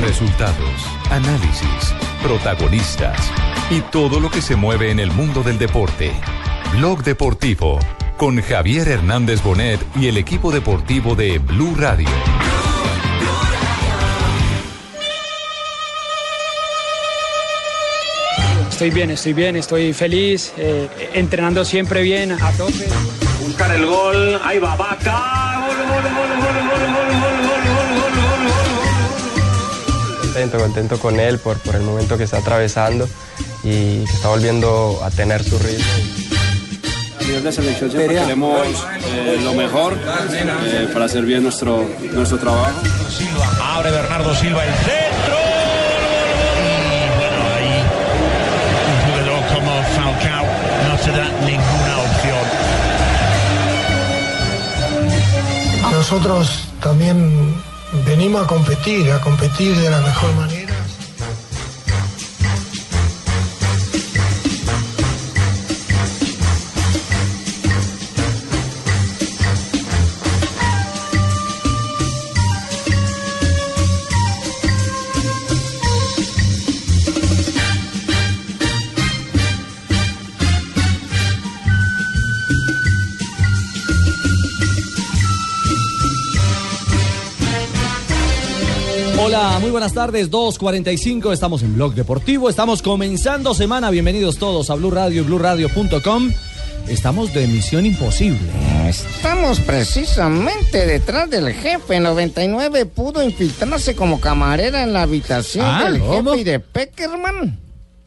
Resultados, análisis, protagonistas y todo lo que se mueve en el mundo del deporte. Blog Deportivo con Javier Hernández Bonet y el equipo deportivo de Blue Radio. Estoy bien, estoy bien, estoy feliz, eh, entrenando siempre bien, a tope. Buscar el gol, ahí va Vaca, gol, gol, gol, gol, gol, gol, gol, gol, gol, gol, gol, Contento, contento con él por, por el momento que está atravesando y que está volviendo a tener su ritmo. gol. de selección siempre queremos eh, lo mejor eh, para hacer bien nuestro, nuestro trabajo. Abre Bernardo Silva el centro. Bueno, ahí un jugador como Falcao no te da ninguna opción. Nosotros también venimos a competir, a competir de la mejor manera. Hola, muy buenas tardes, 2.45, estamos en Blog Deportivo, estamos comenzando semana, bienvenidos todos a Blue Radio y BluRadio.com. Estamos de misión imposible. Estamos precisamente detrás del jefe. 99 pudo infiltrarse como camarera en la habitación Ah, del ¿cómo? jefe y de Peckerman.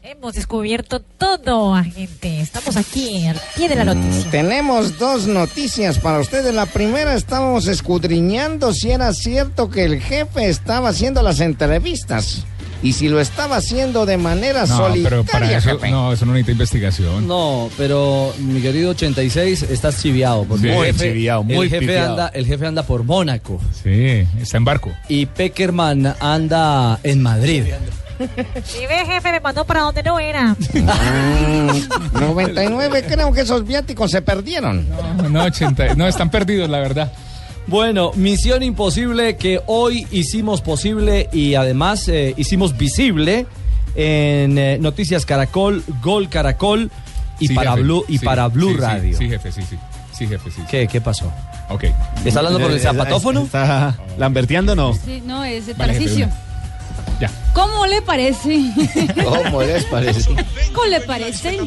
Hemos descubierto todo, agente. Estamos aquí, al pie de la noticia. Mm, Tenemos dos noticias para ustedes. La primera, estábamos escudriñando si era cierto que el jefe estaba haciendo las entrevistas y si lo estaba haciendo de manera solitaria, jefe. no, eso no necesita investigación. No, pero mi querido 86, estás chiviado. Porque Sí, el jefe, chiviao, muy el jefe, pitiado. anda, el jefe anda por Mónaco Sí, está en barco. y Peckerman anda en Madrid. Si ve, jefe, me mandó para donde no era. Mm, 99, creo que esos viáticos se perdieron. No, no, 80, no, están perdidos, la verdad. Bueno, misión imposible que hoy hicimos posible y además eh, hicimos visible en eh, Noticias Caracol, Gol Caracol y Sí, para jefe, Blue y sí, para Blue sí, sí, Radio. Sí, jefe, sí, sí. Sí, jefe, sí. sí. ¿Qué, ¿Qué pasó? Ok. ¿Está hablando por el zapatófono? Eh, ¿Está lamberteando o no? Sí, no, es de Vale, Tarcisio. Ya. ¿Cómo le parece? ¿Cómo les parece? ¿Cómo le parece?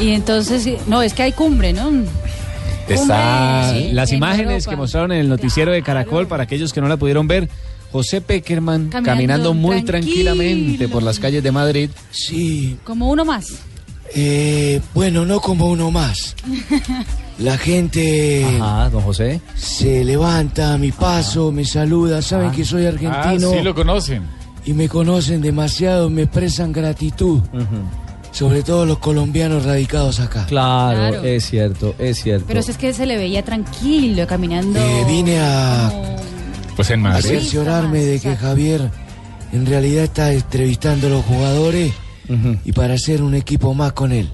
Y entonces, no, es que hay cumbre, ¿no? Está Hombre, sí, las en imágenes Europa. que mostraron en el noticiero de Caracol para aquellos que no la pudieron ver. José Peckerman Caminando caminando, muy tranquilamente tranquilo. por las calles de Madrid. Sí, Como uno más. eh, bueno, no como uno más. La gente Ajá, don José. se levanta a mi paso, me saluda, saben que soy Ah, argentino sí lo conocen. y me conocen demasiado, me expresan gratitud, sobre todo los colombianos radicados acá. Claro, eh, Claro. es cierto, es cierto. Pero si es que se le veía tranquilo, caminando. Eh, vine a, Pues en a Madrid. cerciorarme de que Javier en realidad está entrevistando a los jugadores Ujú. y para hacer un equipo más con él.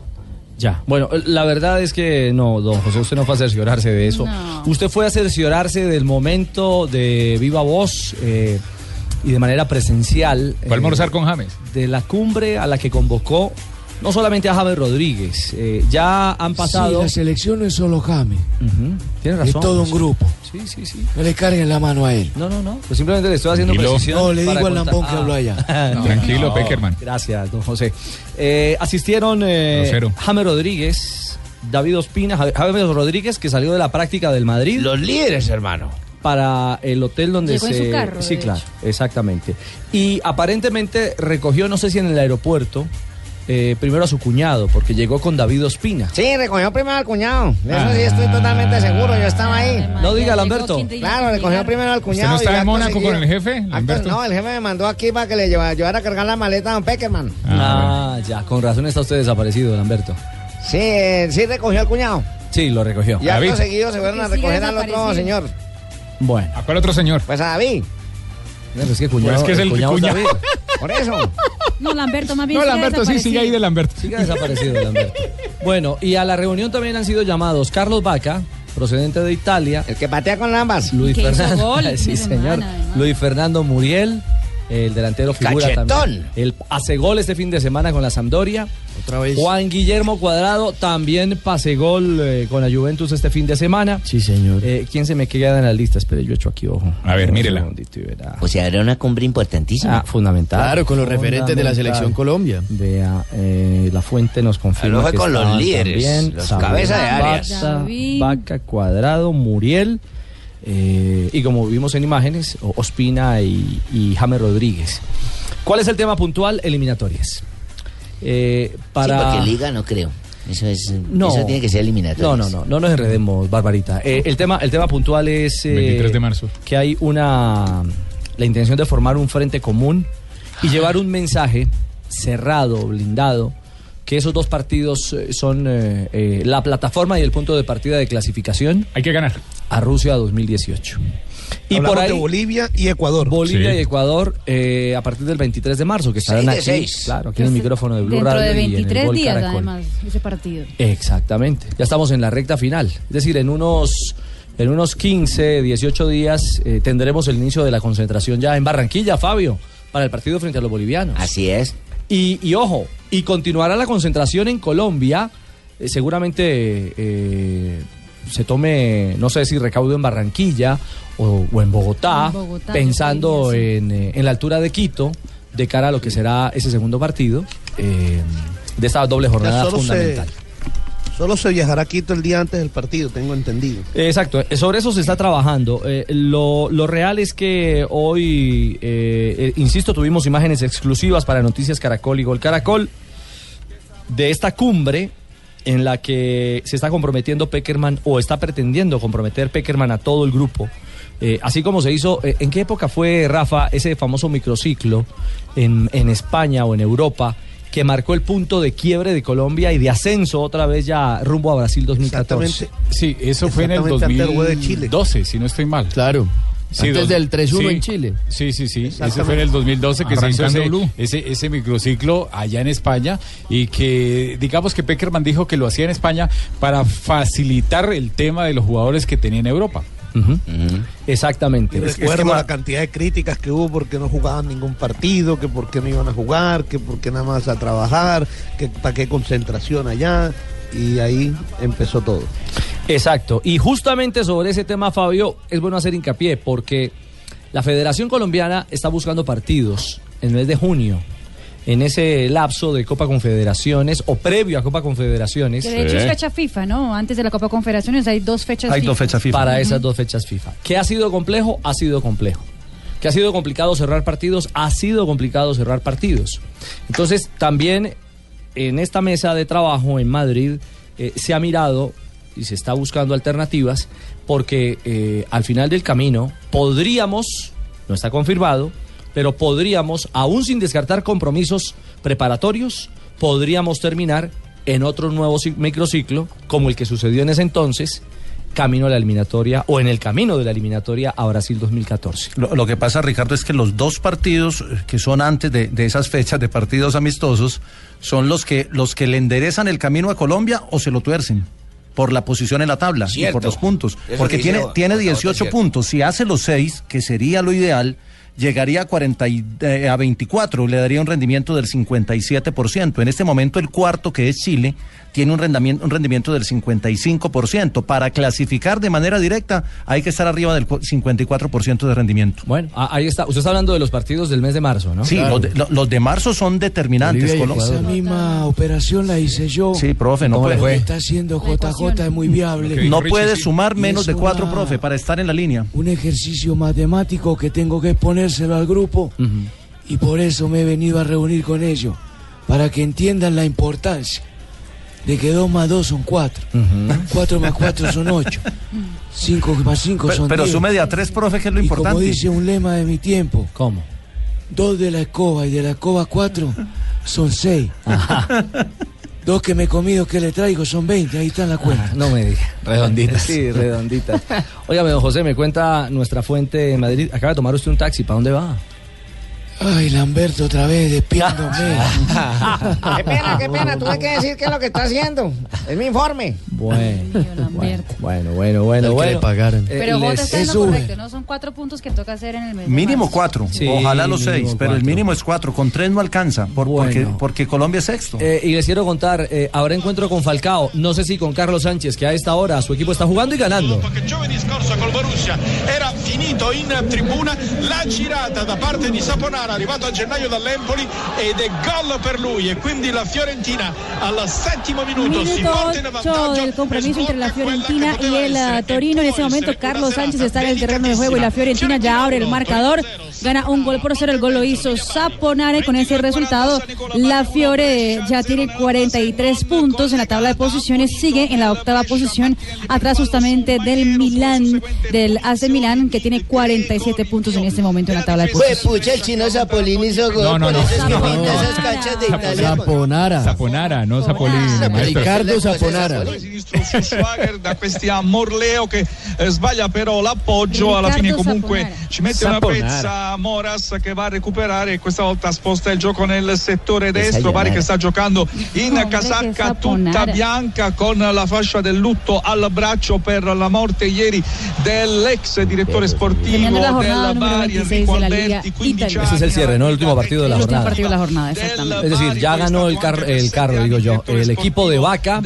Ya, bueno, la verdad es que no, don José, usted no fue a cerciorarse de eso. No. Usted fue a cerciorarse del momento de viva voz eh, y de manera presencial. eh, Fue a almorzar con James. de la cumbre a la que convocó no solamente a Javier Rodríguez, eh, ya han Sí, pasado. la selección no es solo James, Ujú, tiene razón. es todo un sí. grupo. Sí, sí, sí. No le carguen la mano a él. No, no, no. Pues simplemente le estoy haciendo Tranquilo. precisión. No, le para digo al contar- Ah, lambón que habló allá. No, Tranquilo, Peckerman. Gracias, don José. Eh, asistieron eh, Grosero. James Rodríguez, David Ospina, Javi- James Rodríguez, que salió de la práctica del Madrid. Los líderes, hermano. para el hotel donde Llegó en se su carro, sí de claro exactamente y aparentemente recogió no sé si en el aeropuerto eh, primero a su cuñado, porque llegó con David Ospina. Ah, Sí, recogió primero al cuñado. De eso sí estoy totalmente seguro. Yo estaba ahí. No diga, Lamberto. Claro, recogió primero al ¿Usted cuñado. no y estaba en acto Mónaco seguido- con el jefe, acto- Lamberto? no, el jefe me mandó aquí para que le lleva- ayudara a cargar la maleta a don Peckerman. Ah, ya, con razón está usted desaparecido, Lamberto. Sí, eh, sí recogió al cuñado. Sí, lo recogió. Y acto seguido se fueron a Porque sigue recoger al otro desaparecido. señor. Bueno. ¿A cuál otro señor? Pues a David. es que Pues cuñado, es que es el cuñado cuñado. David. Por eso. No, Lamberto, más bien. No, sigue Lamberto, sí, sigue ahí de Lamberto. Sigue desaparecido Lamberto. Bueno, y a la reunión también han sido llamados Carlos Vaca, procedente de Italia. El que patea con ambas. Luis Que hizo Fernando. gol el sí, fin de semana, señor. Luis Fernando Muriel, el delantero figura Cachetón. también. El hace gol este fin de semana con la Sampdoria. Otra vez. Juan Guillermo Cuadrado también pase gol eh, con la Juventus este fin de semana. Sí, señor. ¿Quién se me queda en la lista? Espere, yo echo aquí ojo. A ver, mírela. O sea, era una cumbre importantísima. Ah, fundamental. Claro, con los referentes de la selección Colombia. Vea, eh, la fuente nos confirma. Habló fue que con los estaban líderes, también los Saúl, cabeza de áreas. Vaca, David. Vaca, Cuadrado, Muriel. eh, y como vimos en imágenes, O- Ospina y, y James Rodríguez. ¿Cuál es el tema puntual? Eliminatorias. Eh, para... Sí, porque liga no creo. Eso es eso tiene que ser eliminatorio. No, no, no, no nos enredemos, Barbarita. Eh, el, tema, el tema puntual es. eh, 23 de marzo. Que hay una. La intención de formar un frente común y llevar un mensaje cerrado, blindado, que esos dos partidos eh, son eh, eh, la plataforma y el punto de partida de clasificación. Hay que ganar. A Rusia 2018. Y Hablamos por ahí. de Bolivia y Ecuador. Bolivia Sí. y Ecuador eh, a partir del 23 de marzo, que estarán Seis aquí. de seis. Claro, aquí en el micrófono de Blue Dentro Radio. de y en el 23 Gol días, Caracol. además, ese partido. Exactamente. Ya estamos en la recta final. Es decir, en unos, en unos 15, 18 días eh, tendremos el inicio de la concentración ya en Barranquilla, Fabio, para el partido frente a los bolivianos. Así es. Y, y ojo, y continuará la concentración en Colombia. eh, seguramente eh, se tome, no sé si recaudo en Barranquilla o, o en Bogotá, En Bogotá, yo pensando creería, en, eh, en la altura de Quito, de cara a lo que será ese segundo partido eh, de esta doble jornada solo se- fundamental. Solo se viajará a Quito el día antes del partido, tengo entendido. Exacto, eh, sobre eso se está trabajando. Eh, lo, lo real es que hoy, eh, eh, insisto, tuvimos imágenes exclusivas para Noticias Caracol y Gol Caracol de esta cumbre en la que se está comprometiendo Peckerman o está pretendiendo comprometer Peckerman a todo el grupo. Eh, así como se hizo, eh, ¿en qué época fue, Rafa, ese famoso microciclo en, en España o en Europa que marcó el punto de quiebre de Colombia y de ascenso otra vez ya rumbo a Brasil 2014? Sí, eso fue en el Exactamente, ante el 2012, juego de si no estoy mal. Claro. Antes del 3-1 en Chile. Sí, sí, sí. Eso Exactamente. fue en el 2012 que se Arrancando hizo Blue. ese, ese, ese microciclo allá en España y que digamos que Peckerman dijo que lo hacía en España para facilitar el tema de los jugadores que tenía en Europa. Exactamente. Y recuerdo la cantidad de críticas que hubo porque no jugaban ningún partido, que por qué no iban a jugar, que por qué nada más a trabajar, que para qué concentración allá. Y ahí empezó todo. Exacto. Y justamente sobre ese tema, Fabio, es bueno hacer hincapié porque la Federación Colombiana está buscando partidos en el mes de junio, en ese lapso de Copa Confederaciones o previo a Copa Confederaciones. Que de hecho es fecha FIFA, ¿no? Antes de la Copa Confederaciones hay dos fechas FIFA. Para Ujú. esas dos fechas FIFA. ¿Qué ha sido complejo? Ha sido complejo. ¿Que ha sido complicado cerrar partidos? Ha sido complicado cerrar partidos. Entonces, también en esta mesa de trabajo en Madrid eh, se ha mirado y se está buscando alternativas porque eh, al final del camino podríamos, no está confirmado, pero podríamos, aún sin descartar compromisos preparatorios, podríamos terminar en otro nuevo ci- microciclo como el que sucedió en ese entonces, camino a la eliminatoria o en el camino de la eliminatoria a Brasil 2014. Lo, lo que pasa, Ricardo, es que los dos partidos eh, que son antes de, de esas fechas de partidos amistosos son los que, los que le enderezan el camino a Colombia o se lo tuercen por la posición en la tabla y Cierto. por los puntos. Eso Porque que dice tiene, Rafa, tiene Rafa, es 18 cierto. puntos. Si hace los 6, que sería lo ideal, llegaría a, 40 y, eh, a 24, le daría un rendimiento del 57%. En este momento el cuarto, que es Chile, tiene un rendimiento, un rendimiento del 55%. Para clasificar de manera directa hay que estar arriba del cu- 54% de rendimiento. Bueno, a- Ah, ahí está. Usted está hablando de los partidos del mes de marzo, ¿no? Sí, los, de, lo- los de marzo son determinantes. Bolivia y Colo- Esa misma operación la hice yo. Sí, profe, no ¿Cómo puede- lo que fue? está haciendo JJ es muy viable. No puede sumar Y menos es de cuatro, una- profe, para estar en la línea. Un ejercicio matemático que tengo que exponérselo al grupo y por eso me he venido a reunir con ellos. para que entiendan la importancia de que 2 más 2 son 4, 4 más 4 son 8, 5 más 5 Pero, son 10. pero sume de a tres, profe, que es lo Y importante. Como dice un lema de mi tiempo. ¿Cómo? Dos de la escoba y de la escoba cuatro son seis. Dos que me he comido que le traigo son 20, ahí está la cuenta. no me diga. Redonditas. Sí, redonditas. Óigame, don José, me cuenta nuestra fuente en Madrid. Acaba de tomar usted un taxi. ¿Para dónde va? Ay, Lamberto, otra vez despiándome. Qué pena, qué pena. Tuve que decir qué es lo que está haciendo. Es mi informe. Bueno, bueno, bueno, bueno, bueno. que bueno. le pagaran. Eh, Pero vos les- está en lo Eso- correcto, ¿no? Son cuatro puntos que toca hacer en el mes. de Mínimo marzo. cuatro, Sí, ojalá los mínimo seis, pero el cuatro. mínimo es cuatro, con tres no alcanza, por- porque, Bueno. porque Colombia es sexto. Eh, y les quiero contar, eh, habrá encuentro con Falcao, no sé si con Carlos Sánchez, que a esta hora su equipo está jugando y ganando. discorso col Borussia era finito in tribuna la girata da parte di Saponara arrivato a gennaio dall'Empoli ed è gol per lui e quindi la Fiorentina al settimo minuto si Minuto porta in 8 vantaggio del compromiso entre la Fiorentina y el eh, Torino. En este momento Carlos Sánchez está en el terreno de juego y la Fiorentina ya abre el marcador. Gana un gol por cero. El gol lo hizo Saponare. Con ese resultado, la Fiore ya tiene 43 puntos en la tabla de posiciones. Sigue en la octava posición, atrás justamente del Milán, del AC Milán, que tiene 47 puntos en este momento en la tabla de Fue posiciones. pucha, el chino Zapolín hizo gol. No, no, por no. eso es que No. pinta esas canchas de Italia. Saponara. Saponara, no Ah, Sapolini. maestro. su Schwager da questi a Morleo che eh, sbaglia però l'appoggio alla fine Riccardo comunque Saponara. ci mette una Saponara. pezza Moras che va a recuperare e questa volta sposta il gioco nel settore destro Saponara. Bari che sta giocando in Come che casacca Saponara. tutta bianca con la fascia del lutto al braccio per la morte ieri dell'ex direttore sportivo Terminando la del jornada número Bari 26 Enrico de la Liga Alberti Italiana. Ese es el cierre, ¿no? El último partido de la El último jornada. partido de la jornada, exactamente. Es decir, ya ganó el, car- el carro, digo yo, el equipo de Vaca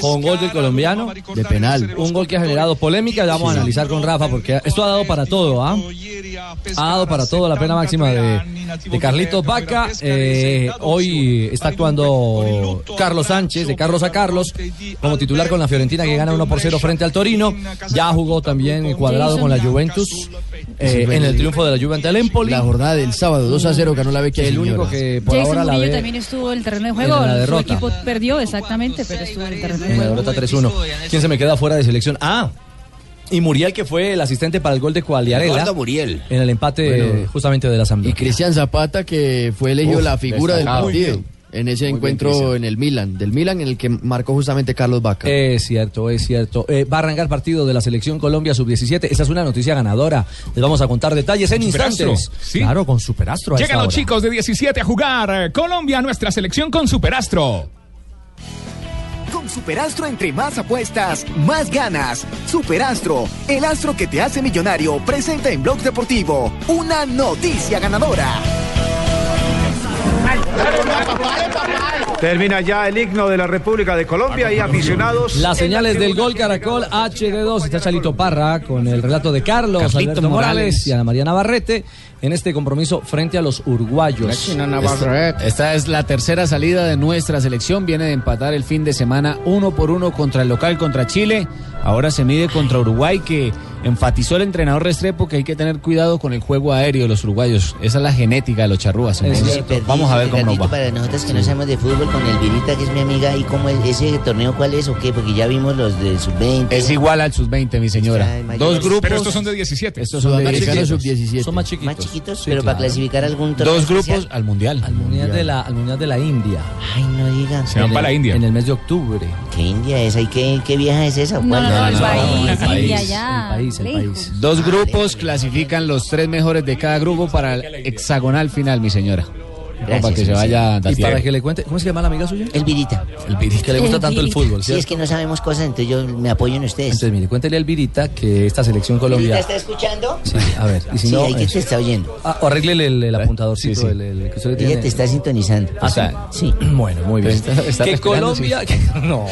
con gol del colombiano de penal. Un gol que ha generado polémica, ya vamos a analizar con Rafa porque esto ha dado para todo, ¿ah? Ha dado para todo la pena máxima de, de Carlitos Vaca. Eh, hoy está actuando Carlos Sánchez, de Carlos a Carlos, como titular con la Fiorentina que gana 1 por 0 frente al Torino. Ya jugó también cuadrado con la Juventus eh, en el triunfo de la Juve ante el Empoli. La jornada del sábado, 2 a 0 ganó la Vecchia El único que por Jason ahora la Murillo ve también estuvo en el terreno de juego. en la Su derrota. equipo perdió, exactamente, pero estuvo en el terreno de en la juego. derrota 3-1. ¿Quién se me queda fuera de selección? Ah, y Muriel que fue el asistente para el gol de Cualiarella. Eduardo Muriel. En el empate Bueno. justamente de la Zambia. Y Cristian Zapata, que fue elegido Uf, la figura destacado. del partido Muy en ese bien, encuentro Cristian. en el Milan, del Milan en el que marcó justamente Carlos Vaca. Es cierto, es cierto. Eh, va a arrancar partido de la selección Colombia sub-17. Esa es una noticia ganadora. Les vamos a contar detalles en Superastro, instantes. sí. Claro, con Superastro. a esta Llegan los hora. chicos de 17 a jugar. eh, Colombia, nuestra selección con Superastro. Con Superastro entre más apuestas, más ganas. Superastro, el astro que te hace millonario, presenta en Blog Deportivo una noticia ganadora. Termina ya el himno de la República de Colombia y aficionados. Las señales del gol Caracol HD2. Está Chalito Parra con el relato de Carlos Carlito Alberto Morales. Morales y Ana María Navarrete en este compromiso frente a los uruguayos. Esta, esta es la tercera salida de nuestra selección. Viene de empatar el fin de semana uno por uno contra el local, contra Chile. Ahora se mide contra Uruguay, que enfatizó el entrenador Restrepo que hay que tener cuidado con el juego aéreo de los uruguayos. Esa es la genética de los charrúas. entonces, Perdí vamos a ver ese cómo nos ratito va. pues, Para nosotros que no sabemos de fútbol con Elvirita, que es mi amiga, y cómo es- ese torneo, ¿cuál es o qué? Porque ya vimos los del sub-20. Es igual al sub-20, mi señora. Dos grupos. Pero estos son de 17. Estos son de 17. Son más chiquitos. Más chiquitos, pero para clasificar algún torneo Dos grupos especial. al mundial. Al mundial, de la, al mundial de la India. Ay, no digan. Se van para la India. En el mes de octubre. ¿Qué India es? ¿Y qué, qué vieja es esa? o cuál? India, ya. país. Dos pues. grupos clasifican los tres mejores de cada grupo para el hexagonal final, mi señora. para que se vaya Y para Tatiana. que le cuente, ¿cómo se llama la amiga suya? Elvirita. Que le gusta tanto el Elvirita. fútbol. Sí, es que no sabemos cosas, entonces yo me apoyo en ustedes. Entonces, mire, cuéntele a Elvirita que esta selección ¿Elvirita Colombia. está escuchando? Sí, a ver, y si Sí, no. ahí que eso. te está oyendo. Ah, o arréglele el, el apuntadorcito, Sí, Ah, sí. El, el que usted le Ella tiene. te está sintonizando. Ah, sí. sí. Bueno, muy bien. Está- está que respirando, Colombia. sí. que- no.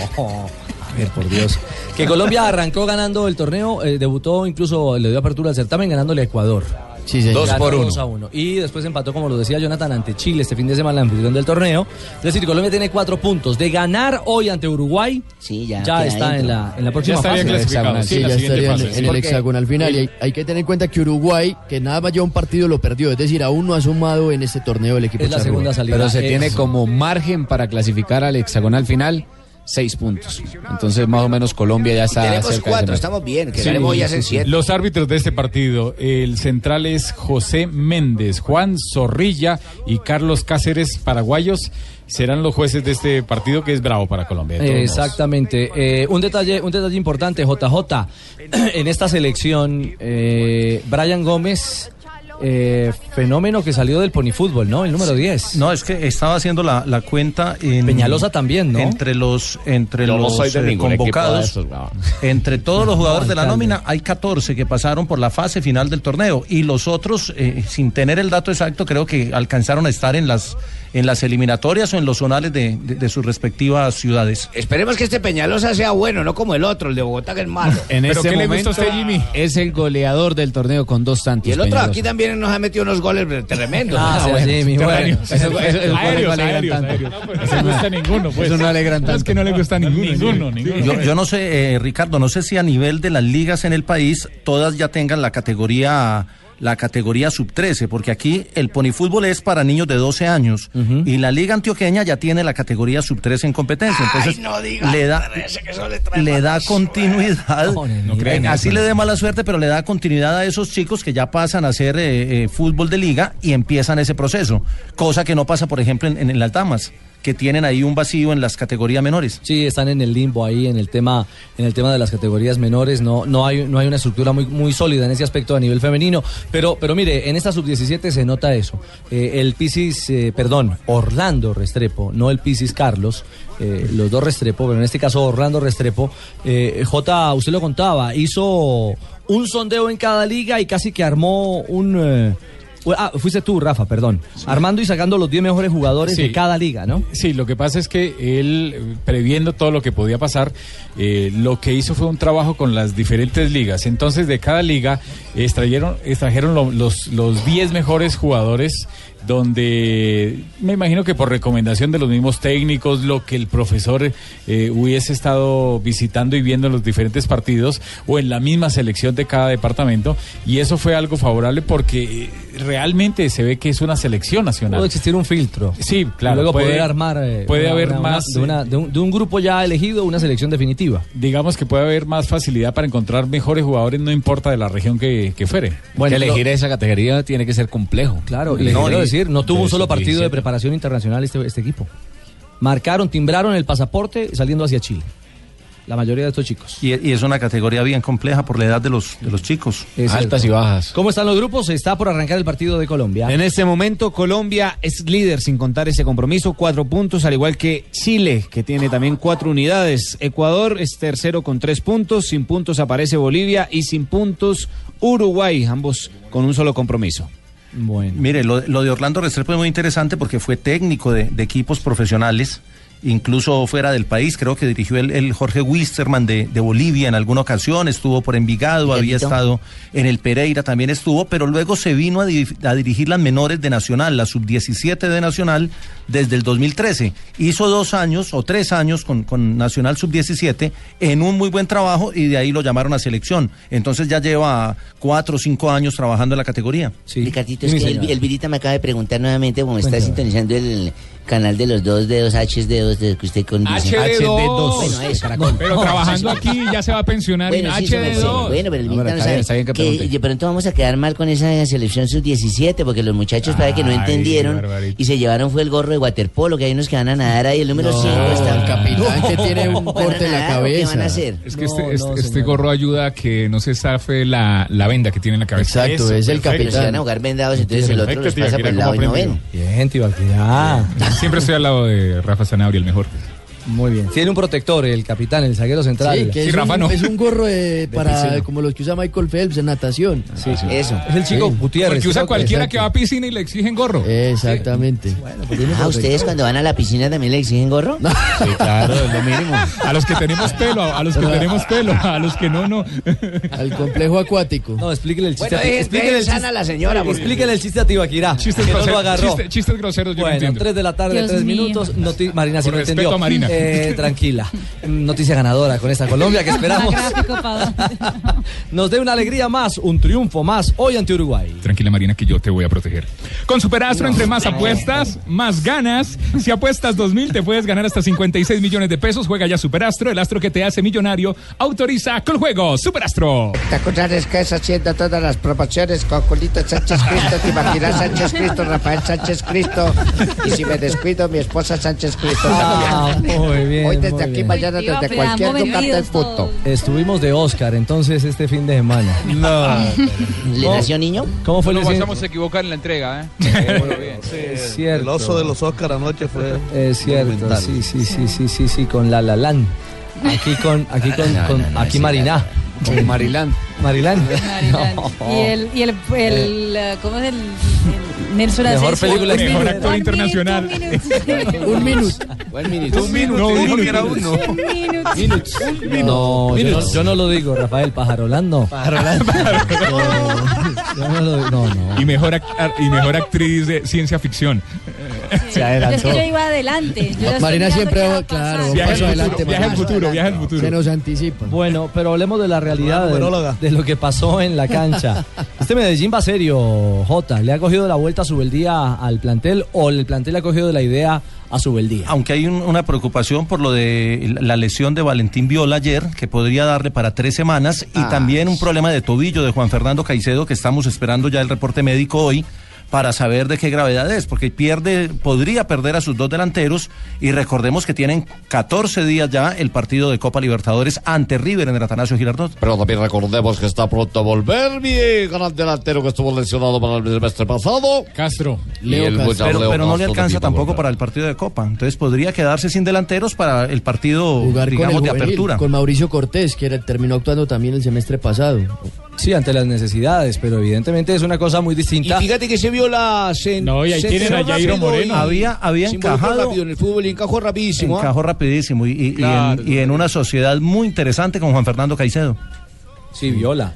A ver, por Dios. Que Colombia arrancó ganando el torneo, eh, debutó incluso, le dio apertura al certamen ganándole a Ecuador. Sí, señor. Ganó Dos por uno. a uno. Y después empató, como lo decía Jonathan, ante Chile este fin de semana, la anfitrión del torneo. Es decir, Colombia tiene cuatro puntos. De ganar hoy ante Uruguay, ya, queda está dentro. en la, en la próxima fase. En el hexagonal, sí, ya estaría en- en el Porque hexagonal final. Y hay, hay que tener en cuenta que Uruguay, que nada más lleva un partido, lo perdió. Es decir, aún no ha sumado en este torneo el equipo charrúa. Pero se tiene como margen para clasificar al hexagonal final seis puntos. Entonces, más o menos, Colombia ya está. Tenemos Ah, cerca de cuatro, ese estamos bien, que Sí, ganemos ya sí, en sí. siete. Los árbitros de este partido, el central es José Méndez, Juan Zorrilla y Carlos Cáceres, paraguayos, serán los jueces de este partido que es bravo para Colombia. de todos modos. Exactamente. Eh, un detalle, un detalle importante, JJ. en esta selección, eh, Brian Gómez, eh, fenómeno que salió del ponifútbol, ¿no? El número 10. No, es que estaba haciendo la, la cuenta en... Peñalosa también, ¿no? Entre los, entre Yo no los soy de eh, ningún equipo de convocados, esos, entre todos los jugadores de la alcalde. nómina, hay 14 que pasaron por la fase final del torneo y los otros, eh, sin tener el dato exacto, creo que alcanzaron a estar en las, en las eliminatorias o en los zonales de, de- de sus respectivas ciudades. Esperemos que este Peñalosa sea bueno, no como el otro, el de Bogotá, que es malo. En este momento es el goleador del torneo con dos tantos. Y el otro Peñalosa. aquí también nos ha metido unos goles tremendos. Ah, bueno, terráneos. Esos- esos- esos goles no Aéreos, alegran aéreos, tanto. aéreos. No, pues, no gusta ninguno, pues. Eso no alegran No, Es que no le gusta ninguno. Ninguno, ninguno. Yo, yo no sé, eh, Ricardo, no sé si a nivel de las ligas en el país todas ya tengan la categoría la categoría sub 13, porque aquí el ponifútbol es para niños de 12 años y la liga antioqueña ya tiene la categoría sub 13 en competencia, entonces le da le da continuidad, eh, crean así eso. le dé mala suerte, pero le da continuidad a esos chicos que ya pasan a hacer eh, eh, fútbol de liga y empiezan ese proceso, cosa que no pasa, por ejemplo, en, en el Altamas, que tienen ahí un vacío en las categorías menores. Sí, están en el limbo ahí en el tema en el tema de las categorías menores, no no hay no hay una estructura muy muy sólida en ese aspecto a nivel femenino, pero pero mire, en esta sub 17 se nota eso. Eh, el Pisis, eh, perdón, Orlando Restrepo, no el Pisis Carlos, eh, los dos Restrepo, pero en este caso Orlando Restrepo, eh, J, usted lo contaba, hizo un sondeo en cada liga y casi que armó un eh, u- Ah, fuiste tú, Rafa, perdón. Armando y sacando los 10 mejores jugadores Sí. de cada liga, ¿no? Sí, lo que pasa es que él, eh, previendo todo lo que podía pasar, eh, lo que hizo fue un trabajo con las diferentes ligas. Entonces, de cada liga extrayeron, extrajeron lo- los los 10 mejores jugadores, donde me imagino que por recomendación de los mismos técnicos, lo que el profesor eh, hubiese estado visitando y viendo en los diferentes partidos o en la misma selección de cada departamento. Y eso fue algo favorable porque eh, realmente se ve que es una selección nacional. Pudo existir un filtro. Sí, Y claro. luego puede- poder armar. eh, puede una- haber una- una- más. de, una- de un, de un grupo ya elegido, una selección definitiva. Digamos que puede haber más facilidad para encontrar mejores jugadores, no importa de la región que, que fuere. que elegir esa categoría tiene que ser complejo. Claro, y le quiero decir, no tuvo un solo partido de preparación internacional este, este equipo. Marcaron, timbraron el pasaporte saliendo hacia Chile. La mayoría de estos chicos. Y, y es una categoría bien compleja por la edad de los, de los chicos. Es Altas cierto. y bajas. ¿Cómo están los grupos? Está por arrancar el partido de Colombia. En este momento Colombia es líder sin contar ese compromiso, cuatro puntos, al igual que Chile, que tiene también cuatro unidades. Ecuador es tercero con tres puntos, sin puntos aparece Bolivia y sin puntos Uruguay, ambos con un solo compromiso. Mire, lo, lo de Orlando Restrepo es muy interesante porque fue técnico de, de equipos profesionales, incluso fuera del país. Creo que dirigió el, el Jorge Wisterman de, de Bolivia en alguna ocasión, estuvo por Envigado, había Miguelito. estado en el Pereira, también estuvo, pero luego se vino a, di- a dirigir las menores de Nacional, la sub-17 de Nacional, desde el 2013. Hizo dos años o tres años con, con Nacional sub-17 en un muy buen trabajo y de ahí lo llamaron a selección. Entonces ya lleva cuatro o cinco años trabajando en la categoría. Ricardito, es que el, el Virita me acaba de preguntar nuevamente, como está sintonizando el canal de los dos dedos, H de dos, de que usted condice. Bueno, eso. Pero trabajando aquí ya se va a pensionar Bueno, en sí, sí, sí. HD2. Ah, Bueno, pero el Virita no está sabe bien, está bien que que pregunte. de pronto vamos a quedar mal con esa selección sub-17, porque los muchachos para que no Ay, entendieron y se llevaron fue el gorro de waterpolo, que hay unos que van a nadar ahí, el número 5 está. El capitán que tiene un corte en la ¿Qué cabeza. van a hacer? Es que este, este- este gorro ayuda a que no se zafe la, la venda que tiene en la cabeza. Exacto, es el capitán. Se van a jugar vendados, entonces el otro los pasa por el lado y no ven. Bien, Siempre estoy al lado de Rafa Sanabria, el mejor. Muy bien. Tiene un protector el capitán, el zaguero central. Sí, que es, un, es un gorro de- para, como los que usa Michael Phelps en natación. Eso. Es el chico Gutiérrez. Porque usa cualquiera que va a piscina y le exigen gorro. Exactamente. Ah, ¿ustedes cuando van a la piscina también le exigen gorro? Sí, claro, es lo mínimo. A los que tenemos pelo, a los que tenemos pelo, a los que no, no. Al complejo acuático. No, explíquele el chiste. Bueno, eh, dejen- explíquele dejen sana a la señora, porque- Explíquele el chiste a Tibaquirá. Chistes que no lo groseros, agarró. chiste- chistes groseros, yo no Bueno, entiendo. 3 de la tarde, Dios 3 mío. minutos. noti- Marina, si Con no respeto entendió. a Marina. Eh, tranquila. Mm, Noticia ganadora con esta Colombia que esperamos. Nos dé una alegría más, un triunfo más hoy ante Uruguay. Tranquila, Marina, que yo te voy a proteger. Con Superastro, entre más apuestas, más ganas. Si apuestas 2000, te puedes ganar hasta 56 millones de pesos. Juega ya Superastro, el astro que te hace millonario. Autoriza con juego, Superastro. ¿Te acordarás que es haciendo todas las promociones con Julito Sánchez Cristo? ¿Te imaginas Sánchez Cristo, Rafael Sánchez Cristo? Y si me descuido, mi esposa Sánchez Cristo Ah, también. muy bien, Hoy muy desde aquí, bien. mañana desde cualquier lugar del punto. Estuvimos de Oscar entonces este fin de semana. No. ¿Le nació niño? ¿Cómo fue No el lo incidente? pasamos Se equivoca en la entrega, ¿eh? Es cierto. El oso de los Oscar anoche fue. Es cierto, monumental. sí, sí, sí, sí, sí, sí, con La La Land. Aquí con, aquí con, No, con- no, no, aquí sí, Mariná. no, no. Con Marilán. Marilán. Y el, y el, el, ¿cómo es el, el Nelson Mejor Asensio? película que- Mejor actor internacional. Un minuto. Un minuto. Un minuto. dijo que era uno. No, yo no, Minutes. yo no lo digo, Rafael Pajarolán no. Yo no lo digo, no, no. Y mejor, ac- y mejor actriz de ciencia ficción. Se Yo es que yo iba adelante. Yo ya estoy Marina mirando siempre qué va, a pasar. claro, Viaje un paso al adelante. futuro, viaje al Marina. futuro, viaje al futuro. Se nos anticipa. Bueno, pero hablemos de la realidad de, de lo que pasó en la cancha. Este Medellín va serio, Jota. ¿Le ha cogido la vuelta a Subeldía al plantel o el plantel le ha cogido la idea a Subeldía? Aunque hay un- una preocupación por lo de la lesión de Valentín Viola ayer, que podría darle para tres semanas, y también un problema de tobillo de Juan Fernando Caicedo, que estamos esperando ya el reporte médico hoy para saber de qué gravedad es, porque pierde, podría perder a sus dos delanteros, y recordemos que tienen 14 días ya el partido de Copa Libertadores ante River en el Atanasio Girardot. Pero también recordemos que está pronto a volver mi gran delantero que estuvo lesionado para el semestre pasado. Castro. Leo el Castro. pero, Leo pero no le Castro alcanza también va a tampoco para el partido de Copa, entonces podría quedarse sin delanteros para el partido, Jugar digamos, con, el de juvenil, apertura. con Mauricio Cortés, que era- terminó actuando también el semestre pasado. Sí, ante las necesidades, pero evidentemente es una cosa muy distinta. Y fíjate que se vio la sen- No, y ahí se tienen enteró a Jairo rápido Moreno. y- Había- había se involucró encajado- rápido en el fútbol y encajó rapidísimo. ¿ah? Encajó rapidísimo y, y- y en- Claro. y en, una sociedad muy interesante con Juan Fernando Caicedo. Sí, Viola.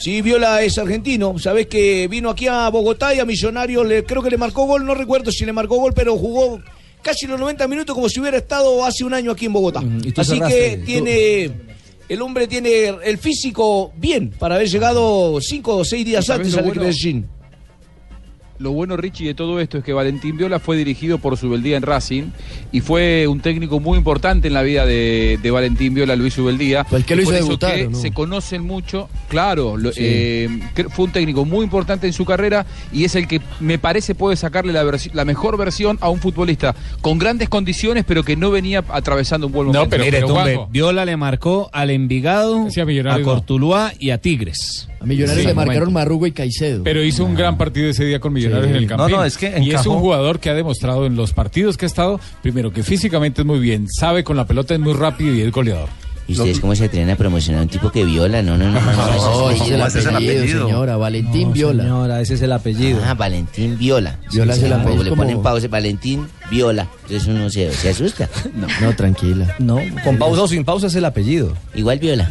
Sí, Viola es argentino. Sabés que vino aquí a Bogotá y a Millonarios le, creo que le marcó gol, no recuerdo si le marcó gol, pero jugó casi los 90 minutos como si hubiera estado hace un año aquí en Bogotá. Mm, tú Así cerraste, que tú- tiene. El hombre tiene el físico bien para haber llegado cinco o seis días ¿Sabés antes lo al bueno? Medellín. Lo bueno, Richie, de todo esto es que Valentín Viola fue dirigido por Subeldía en Racing y fue un técnico muy importante en la vida de, de Valentín Viola, Luis Subeldía. Pues que lo Y hizo por eso debutar, que ¿o no? Se conocen mucho, claro. lo- Sí. eh, cre- fue un técnico muy importante en su carrera y es el que me parece puede sacarle la, versi- la mejor versión a un futbolista con grandes condiciones, pero que no venía atravesando un buen momento. Mire, Tumbe, Viola le marcó al Envigado, a, Millonarios no. Cortuluá y a Tigres. A Millonarios Sí, le en un marcaron momento. Ah. Marrugo y Caicedo. Pero hizo un gran partido ese día con Sí. Millonarios en el No, Campín. no, es que y es encajó. un jugador que ha demostrado en los partidos que ha estado, primero que físicamente es muy bien, sabe con la pelota es muy rápido y es goleador. ¿Y ustedes cómo se atreven a promocionar a un tipo que viola? No, no, no. No, ese es el apellido, señora. Valentín Viola. Señora, ese es el apellido. Ah, Valentín Viola. Viola es el como apellido, Le como- ponen pausa, Valentín Viola. Entonces uno se, se asusta. No. No, tranquila. No, con pausa o sin pausa es el apellido. Igual Viola.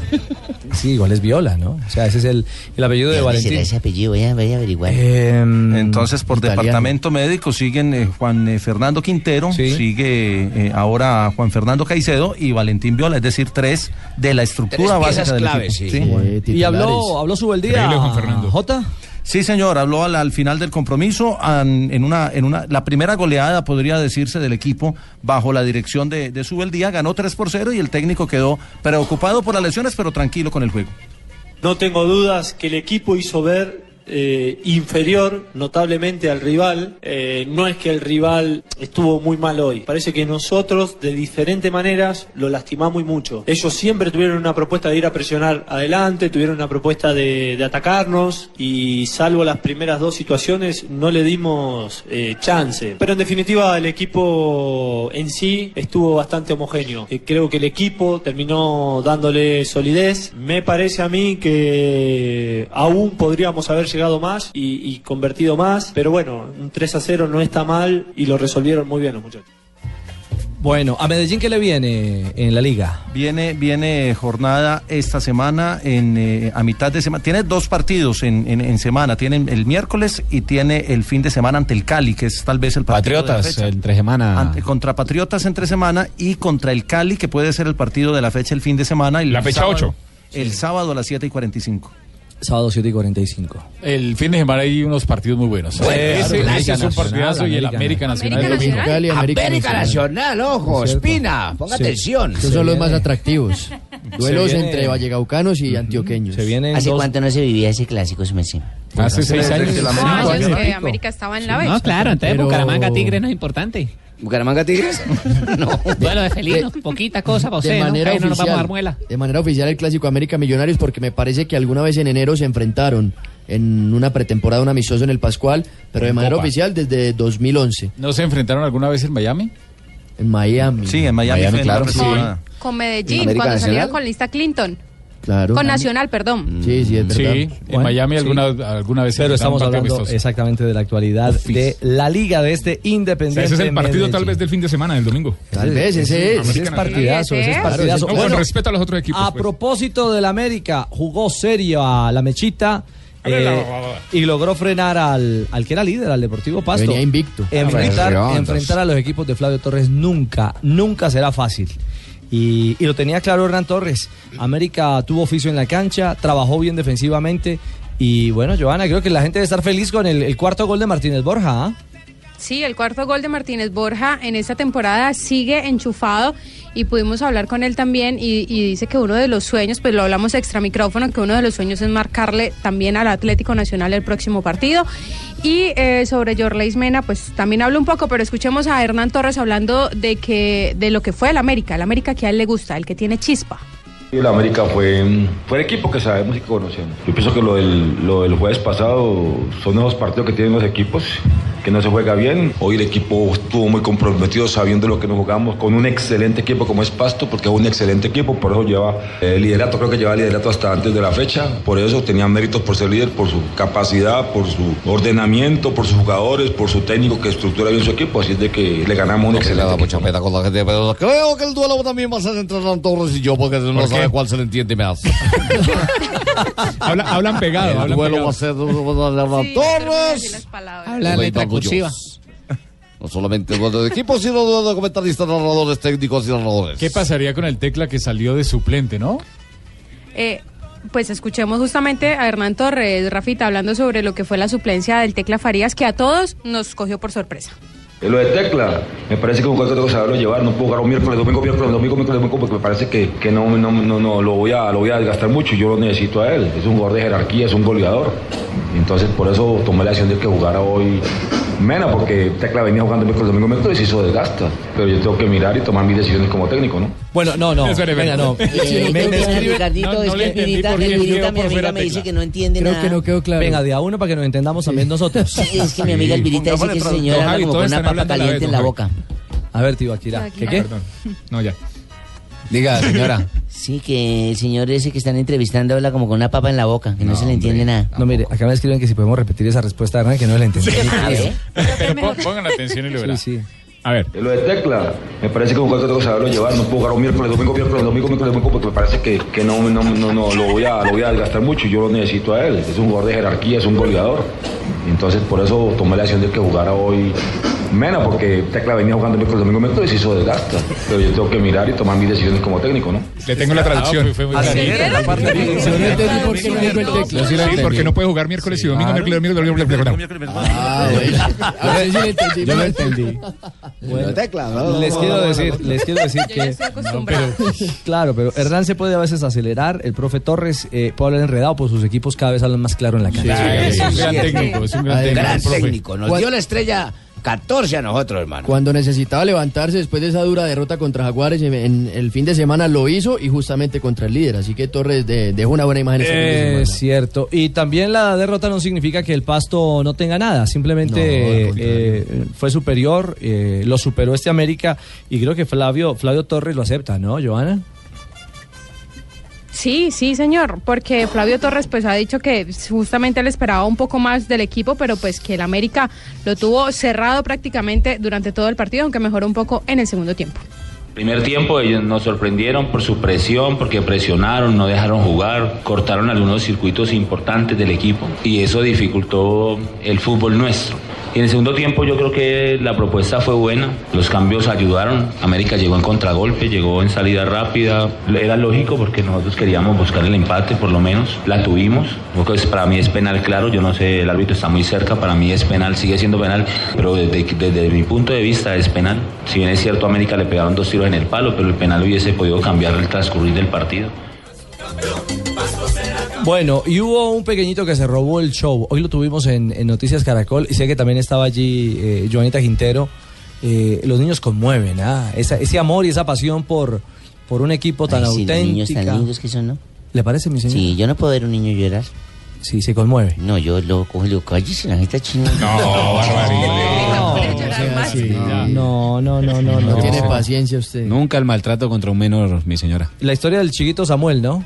Sí, igual es Viola, ¿no? O sea, ese es el, el apellido de dónde será Valentín. Em, ese apellido? Voy a, voy a averiguar. Entonces, por departamento médico siguen eh, Juan eh, Fernando Quintero, sigue eh, ahora Juan Fernando Caicedo y Valentín Viola, es decir, tres de la estructura básica del equipo. Sí. Y habló, habló Subeldía. Increíble, Juan Fernando. Jota. Sí, señor, habló al, al final del compromiso an- en una en una la primera goleada podría decirse del equipo bajo la dirección de, de Subeldía, ganó 3 por 0 y el técnico quedó preocupado por las lesiones pero tranquilo con el juego. No tengo dudas que el equipo hizo ver eh, inferior notablemente al rival. Eh, no es que el rival estuvo muy mal hoy. Parece que nosotros de diferentes maneras lo lastimamos y mucho. Ellos siempre tuvieron una propuesta de ir a presionar adelante, tuvieron una propuesta de, de atacarnos y salvo las primeras dos situaciones no le dimos eh, chance. Pero en definitiva el equipo en sí estuvo bastante homogéneo. Eh, Creo que el equipo terminó dándole solidez. Me parece a mí que aún podríamos haber llegado más y, y convertido más, pero bueno, un 3 a 0 no está mal y lo resolvieron muy bien los muchachos. Bueno, ¿a Medellín qué le viene en la liga? Viene, viene jornada esta semana, en, eh, a mitad de semana. Tiene dos partidos en, en- en semana. Tienen el miércoles y tiene el fin de semana ante el Cali, que es tal vez el partido. de la Patriotas, fecha. entre semana. Ante- contra Patriotas entre semana y contra el Cali, que puede ser el partido de la fecha el fin de semana. El La fecha sábado- ocho. El sábado a las 7 y 45. Sábado 7 y 45. El fin de semana hay unos partidos muy buenos. Bueno, ese claro, ese América es un Nacional, partidazo y el América América Nacional el domingo. Nacional y América América Nacional, ojo, Cierto. Espina, ponga Sí. atención. Esos son los más atractivos. Duelos viene- entre vallegaucanos y antioqueños. Se vienen ¿Hace cuánto no se vivía ese clásico, su merced? Hace seis años. Desde la Ah, América. años Cuatro. que América estaba en la B. No, claro, entonces Pero- Bucaramanga Tigre no es importante. ¿Bucaramanga Tigres? Duelo de felino, poquita cosa para usted, de ¿no? manera Ahí no nos oficial, vamos a dar muela. De manera oficial el clásico América Millonarios porque me parece que alguna vez en enero se enfrentaron en una pretemporada un amistoso en el Pascual, pero de En manera Copa. oficial desde 2011 ¿No se enfrentaron alguna vez en Miami? en Miami. Sí, en Miami, fue en la pretemporada. Con Medellín, América cuando Nacional. Ah, salieron con lista Clinton. Claro. Con Nacional, perdón. Mm. Sí, sí, es Sí, verdad. en Miami alguna, alguna vez se Mm. Pero enfrentaron estamos un partido hablando amistoso. exactamente de la actualidad de la liga de este O sea, Independiente. ese es el partido Medellín. tal vez del fin de semana, del domingo. Tal vez, ese es. Ese es partidazo, ese es partidazo. No, Bueno, con respeto a los otros equipos. pues. A propósito del América, jugó serio a la mechita. Abre eh, la babada. y logró frenar al, al que era líder, al Deportivo Pasto. Venía invicto. Ah, Enfrentar, Pero, enfrentar a los equipos de Flavio Torres nunca, nunca será fácil. Y, y lo tenía claro Hernán Torres. América tuvo oficio en la cancha, trabajó bien defensivamente. Y bueno, Joana, creo que la gente debe estar feliz con el, el cuarto gol de Martínez Borja. ¿ah? Sí, el cuarto gol de Martínez Borja en esta temporada sigue enchufado y pudimos hablar con él también y, y dice que uno de los sueños, pues lo hablamos extra micrófono, que uno de los sueños es marcarle también al Atlético Nacional el próximo partido. Y eh, sobre Jorleis Mena, pues también hablo un poco, pero escuchemos a Hernán Torres hablando de que de lo que fue el América, el América que a él le gusta, el que tiene chispa. El América fue, mm, fue el equipo que sabemos y que conocemos. Yo pienso que lo del, lo del jueves pasado son esos partidos que tienen los equipos, que no se juega bien. Hoy el equipo estuvo muy comprometido sabiendo lo que nos jugamos con un excelente equipo como es Pasto, porque es un excelente equipo, por eso lleva el liderato, creo que lleva el liderato hasta antes de la fecha. Por eso tenía méritos por ser líder, por su capacidad, por su ordenamiento, por sus jugadores, por su técnico que estructura bien su equipo. Así es de que le ganamos un No, que le excelente da equipo. mucha pena con la gente, pero creo que el duelo también va a ser entre Hernán Torres y yo, porque no ¿Por sabe qué? cuál se le entiende más. Habla- hablan pegado, El hablan duelo pegado. va a ser Hernán Torres. Habla Leito letra Muñoz. cursiva. No solamente duelo de equipos, sino duelo de comentaristas, narradores, técnicos y Ah, narradores. ¿Qué pasaría con el tecla que salió de suplente, no? Eh, pues escuchemos justamente a Hernán Torres, Rafita, hablando sobre lo que fue la suplencia del Tecla Farías, que a todos nos cogió por sorpresa. Eh, Lo de Tecla, me parece que un juego que tengo que saberlo llevar, no puedo jugar un miércoles, domingo, miércoles, domingo, miércoles, domingo, porque me parece que, que no, no, no, no, lo, voy a, lo voy a desgastar mucho, yo lo necesito a él, es un jugador de jerarquía, es un goleador, entonces por eso tomé la decisión de que jugara hoy Mena, porque Tecla venía jugando miércoles, domingo, miércoles y se hizo desgasta, pero yo tengo que mirar y tomar mis decisiones como técnico, ¿no? Bueno, no, no. Espere, espere. Venga, no. Sí, Eh, no creo me- me que escribe- Ricardito, es que Espinita, Espinita, mi amiga me dice que no entiende Creo nada. que no quedó claro. Venga, de a uno para que nos entendamos también nosotros. Sí, es que mi amiga Elvirita dice que ese señor habla como con una papa caliente en la boca. A ver, tío, aquí ¿Qué, qué? Perdón. No, ya. Diga, señora. Sí, que el señor ese que están entrevistando habla como con una papa en la boca, que no, se le entiende nada. No, mire, acá me escriben que si podemos repetir esa respuesta, Hernán, que no la entendí. A ver. Pero pon- pongan atención y lo verán. A ver. Lo de Tecla, me parece que un juego que tengo que saberlo llevar, no puedo jugar un miércoles, domingo, miércoles, domingo, miércoles, domingo, porque me parece que, que no, no, no, no, lo, voy a, lo voy a desgastar mucho, yo lo necesito a él, es un jugador de jerarquía, es un goleador, Entonces por eso tomé la decisión de que jugara hoy Mena, porque Tecla venía jugando el miércoles, domingo, miércoles y se hizo desgaste. Pero yo tengo que mirar y tomar mis decisiones como técnico, ¿no? Le tengo la traducción. ¿Ah, Sí, porque no puede jugar miércoles y domingo, miércoles, domingo, miércoles, miércoles. Ah, Yo lo entendí. Bueno, tecla, ¿no? Les quiero decir, les quiero decir que. claro, pero Hernán se puede a veces acelerar. El profe Torres eh, puede hablar enredado, pues sus equipos cada vez hablan más claro en la cancha. Sí, Eso sí, sí. Además, Gran profe. técnico. Nos Cuan- dio la estrella 14 a nosotros, hermano. Cuando necesitaba levantarse después de esa dura derrota contra Jaguares en, en el fin de semana lo hizo y justamente contra el líder. Así que Torres de- dejó una buena imagen. este fin de semana. Es cierto. Y también la derrota no significa que el pasto no tenga nada. Simplemente eh, fue superior, eh, lo superó este América y creo que Flavio, Flavio Torres lo acepta, ¿no, Joana? Sí, sí, señor, porque Flavio Torres pues ha dicho que justamente él esperaba un poco más del equipo, pero pues que el América lo tuvo cerrado prácticamente durante todo el partido, aunque mejoró un poco en el segundo tiempo. Primer tiempo ellos nos sorprendieron por su presión, porque presionaron, no dejaron jugar, cortaron algunos circuitos importantes del equipo y eso dificultó el fútbol nuestro. Y en el segundo tiempo yo creo que la propuesta fue buena, los cambios ayudaron, América llegó en contragolpe, llegó en salida rápida, era lógico porque nosotros queríamos buscar el empate por lo menos, la tuvimos, Pues para mí es penal claro, yo no sé, el árbitro está muy cerca, para mí es penal, sigue siendo penal, pero desde, desde mi punto de vista es penal. Si bien es cierto, a América le pegaron dos tiros en el palo, pero el penal hubiese podido cambiar el transcurrir del partido. Bueno, y hubo un pequeñito que se robó el show. Hoy lo tuvimos en, en Noticias Caracol y sé que también estaba allí eh, Joanita Quintero. Eh, los niños conmueven, ¿ah? Esa- ese amor y esa pasión por, por un equipo tan Ay, sí, los niños auténtica. tan lindos que son, ¿no? ¿Le parece, mi señor? Sí, yo no puedo ver un niño llorar. Sí, se conmueve. No, yo lo cojo y le digo, cállese, la gente china. No, No, no, no, no, no. No tiene paciencia usted. Nunca el maltrato contra un menor, mi señora. La historia del chiquito Samuel, ¿no?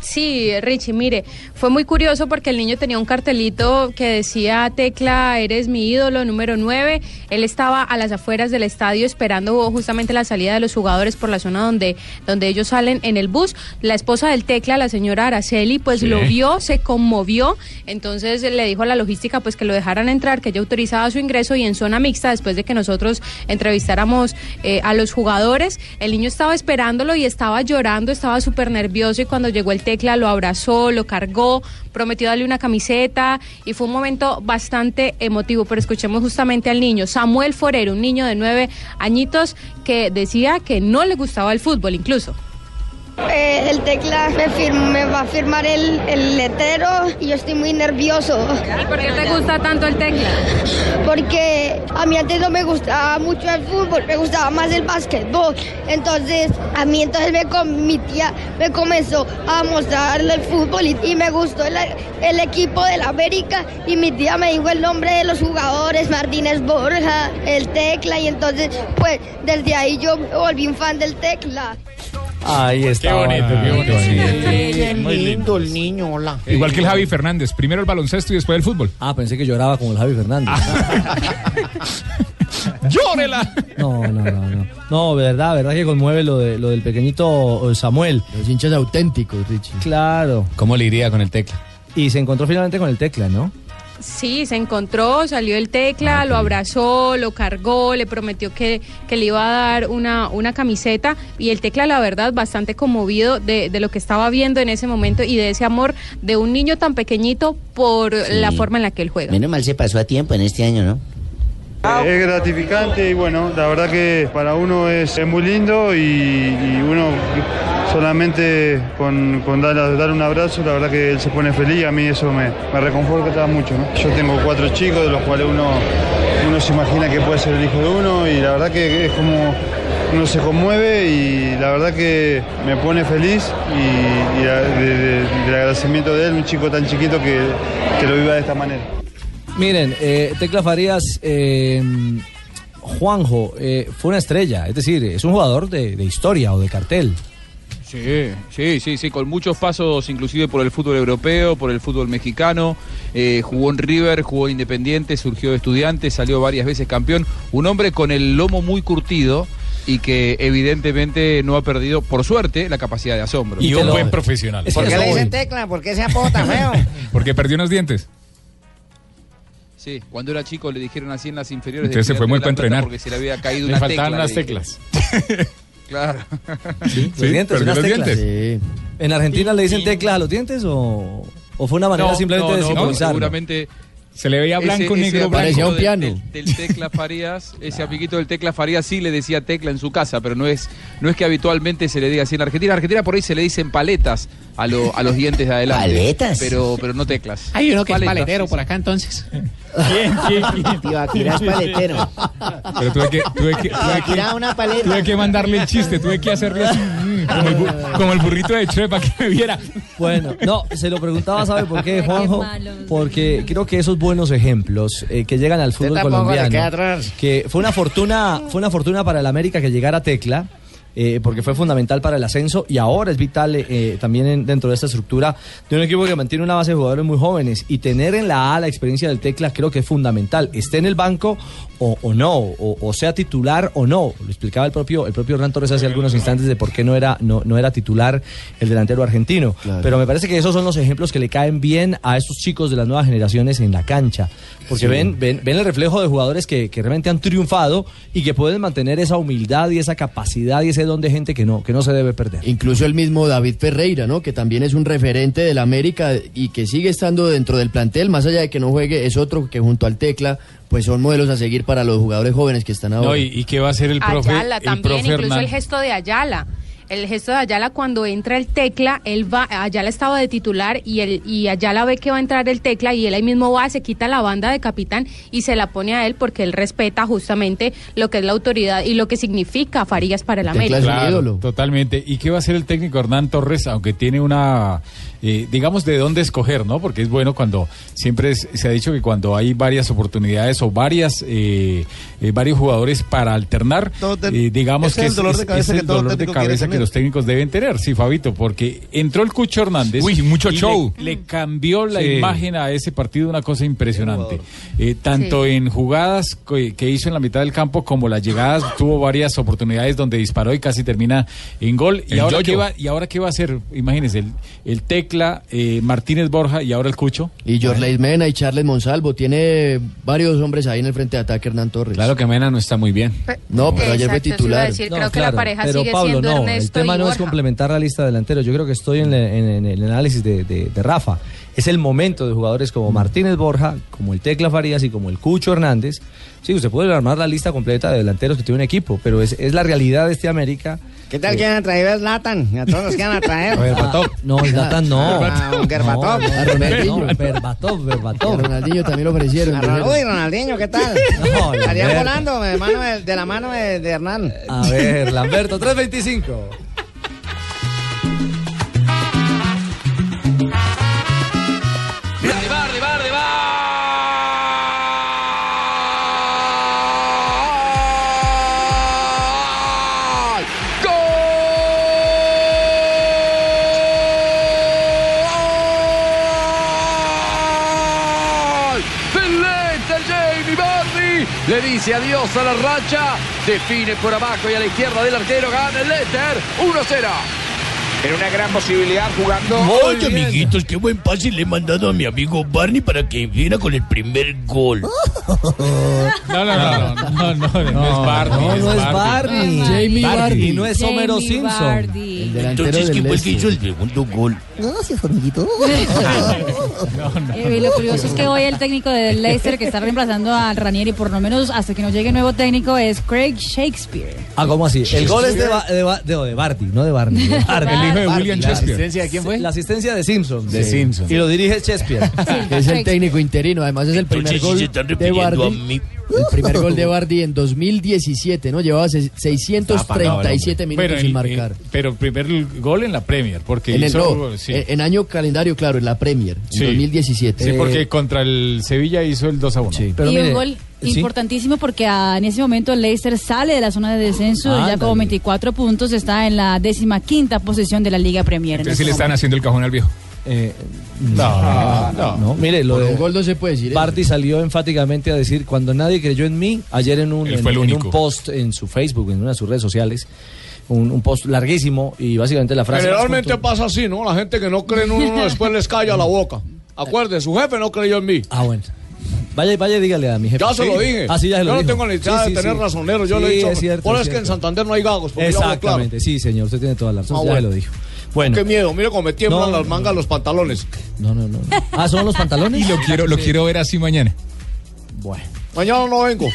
Sí, Richie, mire, fue muy curioso porque el niño tenía un cartelito que decía, Tecla, eres mi ídolo número 9. Él estaba a las afueras del estadio esperando justamente la salida de los jugadores por la zona donde, donde ellos salen en el bus. La esposa del Tecla, la señora Araceli, pues Sí. lo vio, se conmovió, entonces le dijo a la logística pues que lo dejaran entrar, que ella autorizaba su ingreso y en zona mixta, después de que nosotros entrevistáramos eh, a los jugadores, el niño estaba esperándolo y estaba llorando, estaba súper nervioso y cuando llegó el tecla lo abrazó, lo cargó, prometió darle una camiseta y fue un momento bastante emotivo, pero escuchemos justamente al niño, Samuel Forero, un niño de nueve añitos que decía que no le gustaba el fútbol incluso. Eh, el tecla me, fir- me va a firmar el, el letrero y yo estoy muy nervioso. ¿Y por qué te gusta tanto el tecla? Porque a mí antes no me gustaba mucho el fútbol, me gustaba más el básquetbol. Entonces, a mí entonces me com- mi tía me comenzó a mostrarle el fútbol y, y me gustó el, el equipo del América y mi tía me dijo el nombre de los jugadores, Martínez Borja, el tecla y entonces, pues, desde ahí yo me volví un fan del tecla. Ahí está. Ah, qué bonito. Muy lindo el niño, hola. Igual que el Javi Fernández, primero el baloncesto y después el fútbol. Ah, pensé que lloraba como el Javi Fernández. ¡Llórela! No, no, no, no. No, verdad, verdad que conmueve lo, de, lo del pequeñito eh, Samuel. Los hinchas auténticos, Richie. Claro. ¿Cómo le iría con el tecla? Y se encontró finalmente con el tecla, ¿no? Sí, se encontró, salió el tecla, lo abrazó, lo cargó, le prometió que, que le iba a dar una, una camiseta y el tecla, la verdad, bastante conmovido de, de lo que estaba viendo en ese momento y de ese amor de un niño tan pequeñito por la forma en la que él juega. Menos mal se pasó a tiempo en este año, ¿no? Es gratificante y bueno, la verdad que para uno es, es muy lindo y, y uno solamente con, con dar, dar un abrazo, la verdad que él se pone feliz, a mí eso me, me reconforta mucho. ¿no? Yo tengo cuatro chicos de los cuales uno, uno se imagina que puede ser el hijo de uno y la verdad que es como uno se conmueve y la verdad que me pone feliz y, y la- de- de- del agradecimiento de él, un chico tan chiquito que, que lo viva de esta manera. Miren, eh, Tecla Farías, eh, Juanjo, eh, fue una estrella. Es decir, es un jugador de, de historia o de cartel. Sí, sí, sí, sí, con muchos pasos inclusive por el fútbol europeo, por el fútbol mexicano, eh, jugó en River, jugó en Independiente, surgió de estudiante, salió varias veces campeón, un hombre con el lomo muy curtido y que evidentemente no ha perdido, por suerte, la capacidad de asombro. Y un buen profesional. ¿Por qué le dicen tecla? ¿Por qué se apota, feo? Porque perdió unos dientes. Sí, cuando era chico le dijeron así en las inferiores. de Entonces se fue Estudiantes de muy La Plata para entrenar. Porque se le había caído Le una faltaban tecla, las le dijeron. teclas. Claro. Sí, perdió los ¿En Argentina le dicen teclas a los dientes o, o fue una manera No, simplemente no, de no, simbolizar? seguramente se le veía Ese- ese aparato Parecía un del- piano. Del, del tecla Farías, ese amiguito del tecla Farías sí le decía tecla en su casa, pero no es, no es que habitualmente se le diga así en Argentina. En Argentina por ahí se le dicen paletas a, lo- a los dientes de adelante. ¿Paletas? Pero, pero no teclas. Hay uno que Paletas, es paletero sí, por acá entonces. Tibaquirá es paletero. Pero tuve que, tuve que, tuve que- Tibaquirá una paleta. tuve que mandarle el chiste, tuve que hacerle así, mm, como el, bu- como el burrito de Che, para que me viera. Bueno, no, se lo preguntaba, ¿sabe por qué, Ay, qué Juanjo? malos. Porque creo que esos buenos ejemplos eh, que llegan al fútbol tampoco le queda colombiano, atrás. que fue una fortuna, fue una fortuna para el América que llegara Tecla. eh, porque fue fundamental para el ascenso y ahora es vital eh, eh, también en- dentro de esta estructura de un equipo que mantiene una base de jugadores muy jóvenes y tener en la A la experiencia del Tecla creo que es fundamental, esté en el banco o, o no, o, o sea titular o no, lo explicaba el propio, el propio Hernán Torres hace algunos instantes de por qué no era, no, no era titular el delantero argentino, pero me parece que esos son los ejemplos que le caen bien a estos chicos de las nuevas generaciones en la cancha, porque Sí. ven, ven, ven el reflejo de jugadores que, que realmente han triunfado y que pueden mantener esa humildad y esa capacidad y ese don de gente que no, que no se debe perder. Incluso el mismo David Ferreira, ¿no? Que también es un referente del América y que sigue estando dentro del plantel, más allá de que no juegue, es otro que junto al Tecla, pues son modelos a seguir para los jugadores jóvenes que están ahora. No, y, y qué va a hacer el profe? Ayala el también, profe incluso Hernán? el gesto de Ayala. El gesto de Ayala cuando entra el tecla, él va, Ayala estaba de titular y el, y Ayala ve que va a entrar el tecla y él ahí mismo va, se quita la banda de capitán y se la pone a él porque él respeta justamente lo que es la autoridad y lo que significa Farías para el América. Claro, Totalmente. ¿Y qué va a hacer el técnico Hernán Torres? Aunque tiene una, eh, digamos, de dónde escoger, ¿no? Porque es bueno cuando, siempre es- se ha dicho que cuando hay varias oportunidades o varias, eh, eh, varios jugadores para alternar, eh, digamos ese que es el dolor de cabeza el que todo dolor de técnico quiere cabeza que tener. los técnicos deben tener, sí, Fabito, porque entró el Cucho Hernández. Uy, mucho y le- show. Le, cambió la Sí. imagen a ese partido, una cosa impresionante. Eh, tanto Sí. en jugadas que que hizo en la mitad del campo como las llegadas, tuvo varias oportunidades donde disparó y casi termina en gol. ¿Y El ahora, yo-yo. qué va, ¿Y ahora qué va a hacer? Imagínense, el, el Tecla, eh, Martínez Borja y ahora el Cucho. Y Jorlais Mena y Charles Monsalvo, tiene varios hombres ahí en el frente de ataque Hernán Torres. Claro que Mena no está muy bien. No, pero ayer fue Exacto, eso iba a titular. decir, creo que la pareja pero sigue Pablo, siendo no, el Ernesto tema y no es Borja. complementar la lista de delanteros. Yo creo que estoy en, la- en- en el análisis de, de- de Rafa. Es el momento de jugadores como Martínez Borja, como el Tecla Farías y como el Cucho Hernández. Sí, usted puede armar la lista completa de delanteros que tiene un equipo, pero es, es la realidad de este América. ¿Qué tal quieren traer a Zlatan? A todos nos quieren atraer. A Berbatov. No, Zlatan no. Ah, A un Gerbatov. Ah, No, no, A no, Ronaldinho. Berbatov, Berbatov. Ronaldinho también lo ofrecieron. A Ron- Uy, Ronaldinho, ¿qué tal? No, Estarían Lamberto. volando de, mano de, de la mano de, de Hernán. Eh, A ver, Lamberto, 325. ¡Gol! ¡Peleta Jamie Vardy! Le dice adiós a la racha. Define por abajo y a la izquierda del arquero. Gana el Leicester 1-0. Era una gran posibilidad jugando. Muy Oye, amiguitos, qué buen pase le he mandado a mi amigo Barney para que viera con el primer gol. No, no, no, no, no, no, no, es Barney. Oh. no, no es Barney. Jamie Barney. Barney. Y no es Homero Jamie Simpson. Barney. El delantero Entonces, del ¿qué fue el Leicester. que hizo el segundo gol? Gracias, amiguito. Eh, lo curioso es que hoy el técnico del Leicester que está reemplazando a Ranieri, por lo menos hasta que nos llegue nuevo técnico, es Craig Shakespeare. Ah, ¿cómo así? El gol es de, Ba- de, Ba- de- de Barty, no de Barney. de Barty. El hijo de William ¿La Shakespeare. asistencia de quién fue? La asistencia de Simpson. De Simpson. Y lo dirige Shakespeare. Es el técnico interino, además es el primer Entonces, sí gol se están de refiriendo a Bardi. mí. El primer gol de Bardi en 2017, ¿no? Llevaba se- Ah, 637 minutos Pero, sin el- marcar. eh, pero primer gol en la Premier, porque en, el, hizo- no, sí. en- en año calendario, claro, en la Premier, en Sí. 2017. Sí, Eh, porque contra el Sevilla hizo el 2 a 1. Eh, Pero y mire, un gol eh, sí. importantísimo porque ah, en ese momento el Leicester sale de la zona de descenso ya Ándale. con 24 puntos, está en la décima quinta posición de la Liga Premier. en Entonces este sí le están momento. haciendo el cajón al viejo. Eh, No, no, Mire, lo Por de un gol no se puede decir. eso. Barty salió enfáticamente a decir, cuando nadie creyó en mí, ayer en un, Él en- fue el en un único. post en su Facebook, en una de sus redes sociales, un, un post larguísimo y básicamente la frase... Generalmente pasa así, ¿no? La gente que no cree en uno después les calla la boca. Acuérdense, su jefe no creyó en mí. Ah, bueno. Vaya, vaya, y dígale a mi jefe. Ya se lo Sí. dije. Ah, sí, ya se yo lo no dijo. tengo necesidad Sí, de sí, tener sí. razonero. Yo lo Sí, he dicho. es cierto, Por es es, que en cierto. Santander no hay gagos. Porque yo hablo claro. Exactamente, sí, señor, usted tiene toda la razón, Ah, ya bueno. se lo dijo. Bueno. Qué miedo. Mire cómo me tiemblan las mangas los pantalones. No, no, no. Ah, son los pantalones. Y lo quiero, lo quiero ver así mañana. Mañana no vengo.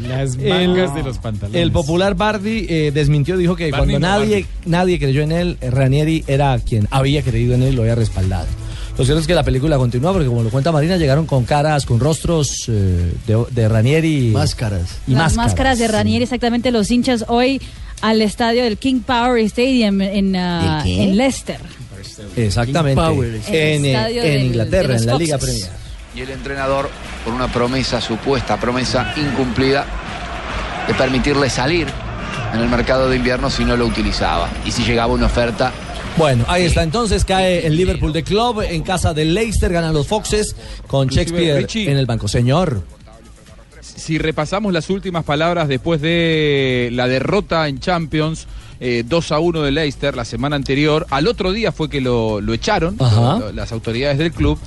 Las mangas de los pantalones. El popular Bardi eh, desmintió, dijo que Bardi cuando no, nadie, nadie creyó en él, eh, Ranieri era quien había creído en él y lo había respaldado. Lo cierto es que la película continúa porque, como lo cuenta Marina, llegaron con caras, con rostros eh, de, de Ranieri. Máscaras. Y Las máscaras. máscaras de Ranieri, exactamente los hinchas hoy al estadio del King Power Stadium en, ah, ¿Del qué? en Leicester. Exactamente. King Power. El en eh, estadio en del- Inglaterra, de los en la Foxes. Liga Premier. Y el entrenador, con una promesa supuesta, promesa incumplida, de permitirle salir en el mercado de invierno si no lo utilizaba. Y si llegaba una oferta Bueno, ahí está. Entonces cae el Liverpool de Club en casa del Leicester, ganan los Foxes con Inclusive, Shakespeare Richie. en el banco. Señor. si repasamos las últimas palabras después de la derrota en Champions, eh, 2 a 1 de Leicester la semana anterior, al otro día fue que lo, lo echaron Ajá. lo- las autoridades del club.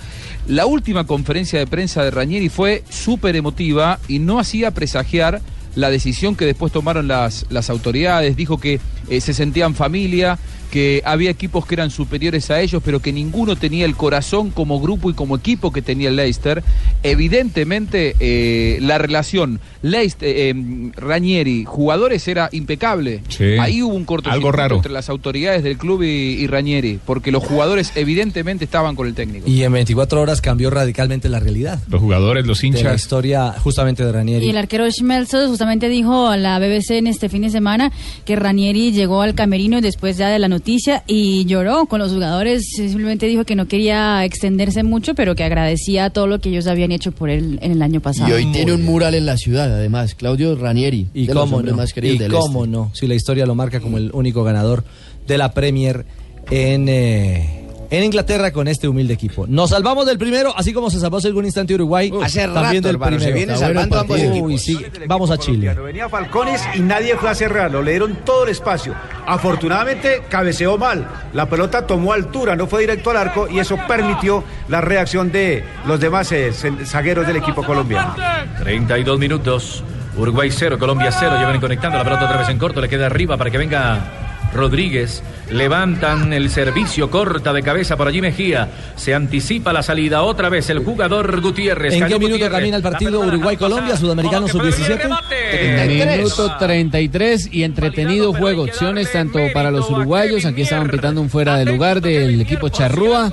La última conferencia de prensa de Ranieri fue súper emotiva y no hacía presagiar la decisión que después tomaron las, las autoridades. Dijo que eh, se sentían familia, que había equipos que eran superiores a ellos, pero que ninguno tenía el corazón como grupo y como equipo que tenía el Leicester. Evidentemente, eh, la relación Leicester, eh, Ranieri, jugadores era impecable. Sí. Ahí hubo un cortocircuito Algo raro. entre las autoridades del club y, y Ranieri, porque los jugadores evidentemente estaban con el técnico. Y en 24 horas cambió radicalmente la realidad. Los jugadores, los De la hinchas. historia justamente de Ranieri. Y el arquero Schmelzer justamente dijo a la BBC en este fin de semana que Ranieri llegó al camerino después ya de la noticia y lloró con los jugadores. Simplemente dijo que no quería extenderse mucho, pero que agradecía todo lo que ellos habían hecho por él en el año pasado. Y hoy tiene un mural en la ciudad, además, Claudio Ranieri. Y de los cómo hombres no, más queridos y del cómo este. no, si la historia lo marca como el único ganador de la Premier en, eh, en Inglaterra con este humilde equipo. Nos salvamos del primero, así como se salvó hace algún instante Uruguay. Hace también rato, del hermano, se primero. viene Está bueno salvando partido. ambos Uy, sí, vamos a Chile. Venía Falcones y nadie fue a cerrarlo, le dieron todo el espacio. Afortunadamente cabeceó mal, la pelota tomó altura, no fue directo al arco y eso permitió la reacción de los demás eh, cen- zagueros del equipo colombiano. 32 minutos. Uruguay 0, Colombia 0. Ya vienen conectando la pelota otra vez en corto. Le queda arriba para que venga Rodríguez. Levantan el servicio corta de cabeza por allí Mejía. Se anticipa la salida otra vez el jugador Gutiérrez. ¿En Cayó qué minuto Gutiérrez. camina el partido Uruguay-Colombia, sudamericano sub-17? Minuto 33 y entretenido juego. Opciones tanto para los uruguayos. Aquí estaban pitando un fuera de lugar del equipo Charrúa.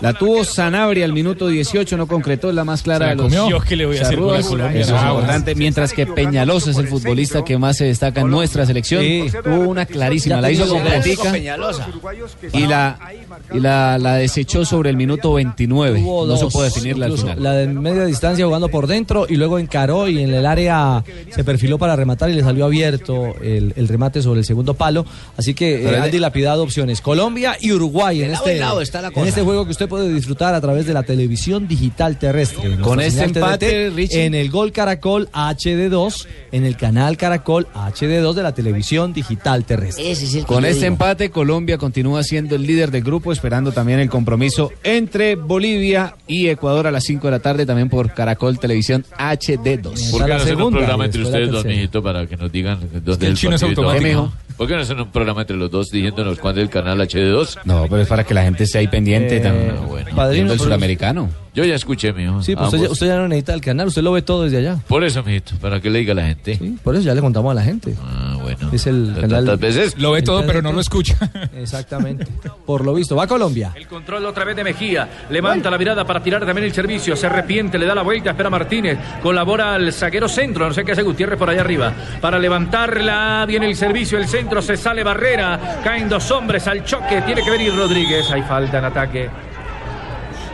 La tuvo Sanabria al minuto 18, no concretó es la más clara Se la de los comió. Yo, ¿qué le voy a hacer con la charrúas. Colombia? Eso es Ah, importante, mientras que Peñalosa es el futbolista que más se destaca en nuestra selección. Sí. Tuvo una clarísima, la hizo completica y la y la, la desechó sobre el minuto 29. Tuvo No se dos, pudo definirla al incluso final. La de media distancia jugando por dentro y luego encaró y en el área se perfiló para rematar y le salió abierto el, el remate sobre el segundo palo. Así que Pero eh, él- han dilapidado opciones. Colombia y Uruguay en lado este, y lado está la en cosa. este juego que usted puede disfrutar a través de la televisión digital terrestre. Con Nuestra este señal TDT, empate, Richie. En el Gol Caracol HD2, en el canal Caracol HD2 de la televisión digital terrestre. Con este empate, Colombia continúa siendo el líder del grupo, esperando también el compromiso entre Bolivia y Ecuador a las 5 de la tarde, también por Caracol Televisión HD2. ¿Por qué no hacen un programa entre ustedes dos, Después mijito, para que nos digan dónde que el chino es partido y todo? automático. ¿Qué, ¿Por qué no hacen un programa entre los dos diciéndonos cuándo es el canal HD2? No, pero es para que la gente esté ahí pendiente. también. Viendo pero- el suramericano. Yo ya escuché, mijo. Sí, pues Ah, usted, ya- ambos. usted ya no necesita el canal, usted lo ve todo desde allá. Por eso, mijito, para que le diga a la gente. Por eso ya le contamos a la gente. Ah, bueno. Es el canal. Tantas veces. Lo ve todo, pero no lo escucha. Exactamente. Por lo visto, va a Colombia. Control otra vez de Mejía. Levanta la mirada para tirar también el servicio. Se arrepiente, le da la vuelta, espera Martínez. Colabora al zaguero centro. No sé qué hace Gutiérrez por allá arriba. Para levantarla, viene el servicio. El centro se sale Barrera. Caen dos hombres al choque. Tiene que venir Rodríguez. Hay falta en ataque.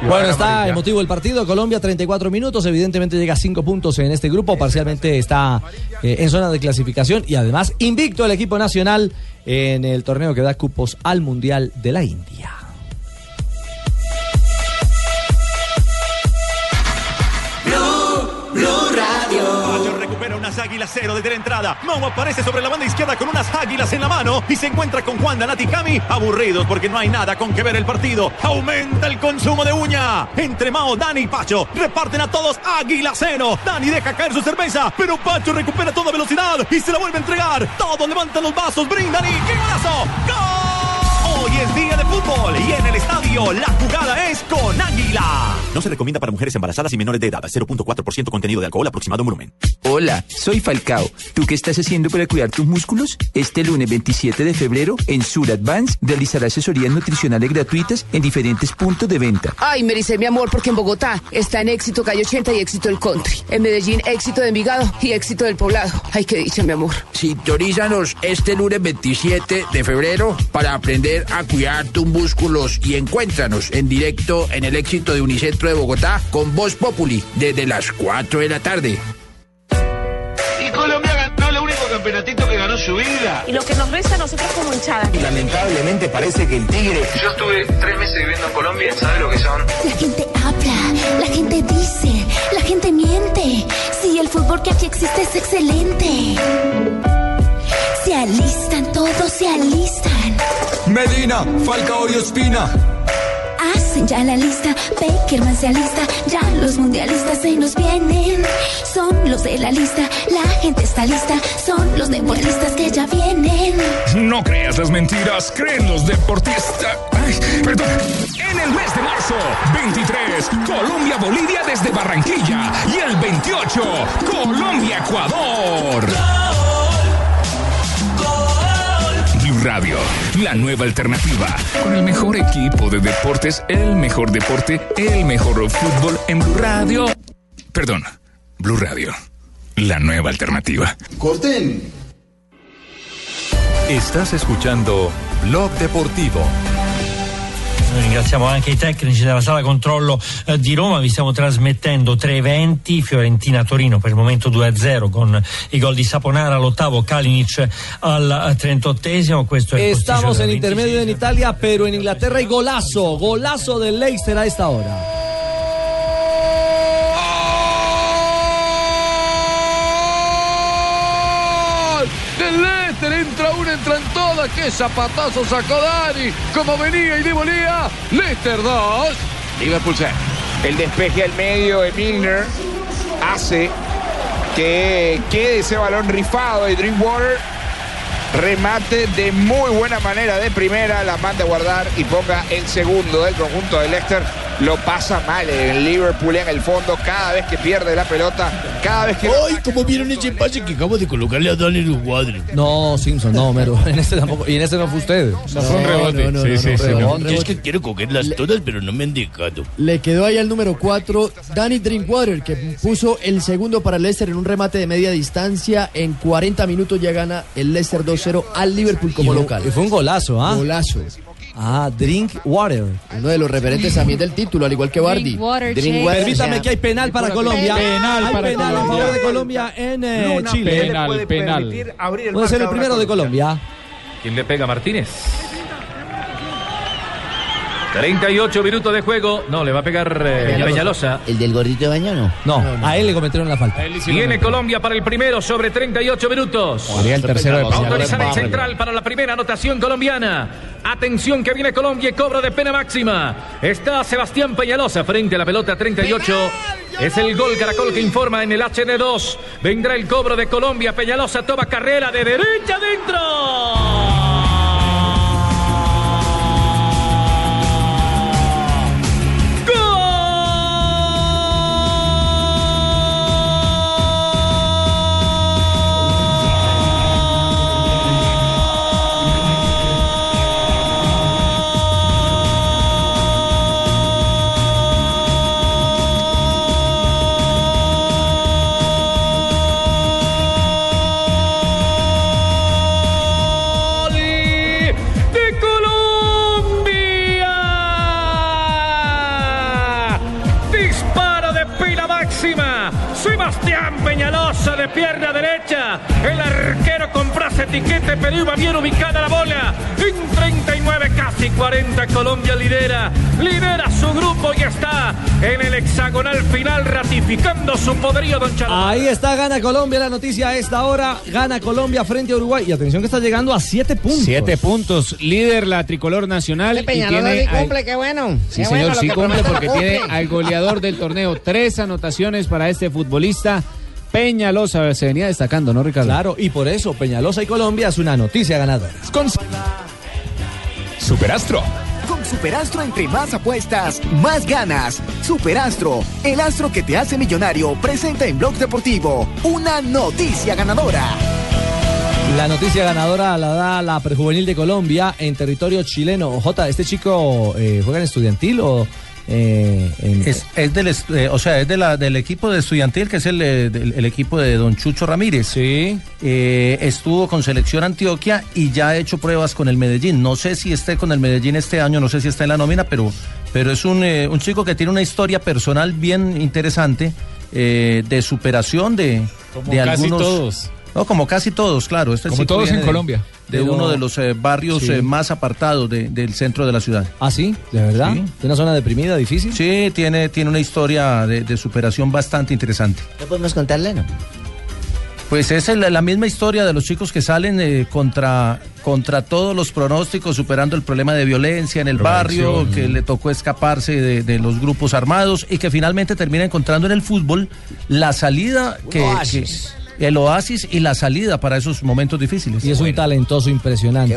Bueno, está emotivo el partido. Colombia 34 minutos. Evidentemente llega a 5 puntos en este grupo. Parcialmente está eh, en zona de clasificación. Y además invicto el equipo nacional en el torneo que da cupos al Mundial de la India. Blue, Blue Radio. recupera una Lanza Águila Cero desde la entrada. Mau aparece sobre la banda izquierda con unas águilas en la mano y se encuentra con Juan Danati Cami. Aburridos porque no hay nada con que ver el partido. Aumenta el consumo de uña. Entre Mao, Dani y Pacho reparten a todos Águila Cero. Dani deja caer su cerveza, pero Pacho recupera toda velocidad y se la vuelve a entregar. Todos levantan los vasos, brindan y ¡qué golazo! ¡Gol! Hoy es día de fútbol y en el estadio la jugada es con Águila. No se recomienda para mujeres embarazadas y menores de edad. 0.4% contenido de alcohol aproximado en volumen. Hola, soy Falcao. ¿Tú qué estás haciendo para cuidar tus músculos? Este lunes 27 de febrero, en Sur Advance, realizará asesorías nutricionales gratuitas en diferentes puntos de venta. Ay, me dice mi amor, porque en Bogotá está en éxito Calle 80 y éxito el country. En Medellín, éxito de Envigado y éxito del poblado. Ay, qué dicha, mi amor. Sintonízanos este lunes 27 de febrero para aprender a cuidar tus músculos y encuéntranos en directo en el éxito de Unicentro de Bogotá con Voz Populi desde las 4 de la tarde. Y Colombia ganó el único campeonatito que ganó su vida. Y lo que nos resta a nosotros como hinchada. lamentablemente parece que el Tigre. Yo estuve tres meses viviendo en Colombia, ¿sabes lo que son? La gente habla, la gente dice, la gente miente. Sí, el fútbol que aquí existe es excelente. Se alistan, todos se alistan. Medina, Falcao y Ospina. Hacen ya la lista, Beckerman se alista, ya los mundialistas se nos vienen. Son los de la lista, la gente está lista, son los deportistas que ya vienen. No creas las mentiras, creen los deportistas. Ay, perdón. En el mes de marzo, 23, Colombia-Bolivia desde Barranquilla. Y el 28, Colombia-Ecuador. Blue Radio, la nueva alternativa. Con el mejor equipo de deportes, el mejor deporte, el mejor fútbol en Blue Radio. Perdón, Blue Radio, la nueva alternativa. Corten. Estás escuchando Blog Deportivo. Ringraziamo anche i tecnici della sala controllo eh, di Roma, vi stiamo trasmettendo tre eventi, Fiorentina-Torino per il momento 2-0 con i gol di Saponara all'ottavo, Kalinic al eh, 38esimo, questo è il Estamos posticino en del intermedio en Italia, pero en Inglaterra hay golazo, golazo del Leicester a esta hora. gol del Leicester, entra uno, entran todas, qué zapatazo sacó Dani, como venía y devolía, Leicester 2, Liverpool 0. El despeje al medio de Milner hace que quede ese balón rifado de Drinkwater. Remate de muy buena manera de primera, la manda a guardar y ponga el segundo del conjunto de Leicester. Lo pasa mal el Liverpool en el fondo cada vez que pierde la pelota, cada vez que... Ay, ¿cómo vieron ese pase que acabo de colocarle a Dani Luguadre? No, Simpson, no, Mero. En este tampoco. Y en este no fue usted. No, Fue un rebote. no, no, no, no, rebote. Yo es que quiero cogerlas todas, pero no me han dejado. Le quedó ahí al número 4 Danny Drinkwater, que puso el segundo para el Leicester en un remate de media distancia. En 40 minutos ya gana el Leicester 2-0 al Liverpool como Y fue- local. y fue un golazo, ¿ah? Golazo. Ah, Drinkwater. Uno de los referentes también del título, al igual que Bardi. Drinkwater, Drinkwater. Permítame que hay penal para Colombia. Penal Hay para penal a favor de Colombia en eh, Chile. Puede ser el primero de Colombia. ¿Quién le pega Martínez? 38 minutos de juego. No, le va a pegar eh, Peñalosa. ¿El del gordito de baño no? No, a él le cometieron la falta. Viene Colombia para el primero sobre 38 minutos. Podría el tercero de Peñalosa. Autorizar el Barrio. central para la primera anotación colombiana. Atención que viene Colombia y cobra de pena máxima. Está Sebastián Peñalosa frente a la pelota 38. Es el gol Caracol que informa en el HN2. Vendrá el cobro de Colombia. Peñalosa toma carrera de derecha adentro. ¡Gol Sebastián Peñalosa de pierna derecha. El arquero con frase etiquete, pero iba bien ubicada la bola. En 39, casi 40, Colombia lidera. Lidera su grupo y está en el hexagonal final ratificando su poderío, don Chalo. Ahí está, gana Colombia. La noticia a esta hora, gana Colombia frente a Uruguay. Y atención que está llegando a siete puntos. Siete puntos, líder la tricolor nacional. y Peñalosa tiene sí al- cumple, qué bueno. Sí, Qué señor, bueno, lo sí que cumple promete lo porque tiene cumple. al goleador del torneo. Tres anotaciones para este futbolista. Peñalosa se venía destacando, ¿no, Ricardo? Claro, y por eso Peñalosa y Colombia es una noticia ganadora. Superastro. Con Superastro entre más apuestas, más ganas. Superastro, el astro que te hace millonario, presenta en Blog Deportivo una noticia ganadora. La noticia ganadora la da la prejuvenil de Colombia en territorio chileno. J, ¿este chico eh, juega en estudiantil o eh, en- Es, es del, est- eh, o sea, es de la- del equipo de estudiantil, que es el, eh, del- el equipo de Don Chucho Ramírez. Eh, Sí. estuvo con Selección Antioquia y ya ha hecho pruebas con el Medellín. No sé si esté con el Medellín este año, no sé si está en la nómina, pero, pero es un, eh, un chico que tiene una historia personal bien interesante eh, de superación de, Como de casi algunos. todos. No, como casi todos, claro. Este Como chico todos viene en de- Colombia. De Pero- uno de los eh, barrios Sí. eh, más apartados de- del centro de la ciudad. ¿Ah, sí? ¿De verdad? ¿De una zona deprimida, difícil? Sí, tiene, tiene una historia de, de superación bastante interesante. ¿No podemos contarle, no? Pues es el- la misma historia de los chicos que salen eh, contra, contra todos los pronósticos, superando el problema de violencia en el barrio, que le tocó escaparse de, de los grupos armados y que finalmente termina encontrando en el fútbol la salida que... oasis. que- el oasis y la salida para esos momentos difíciles. Y es un talentoso impresionante.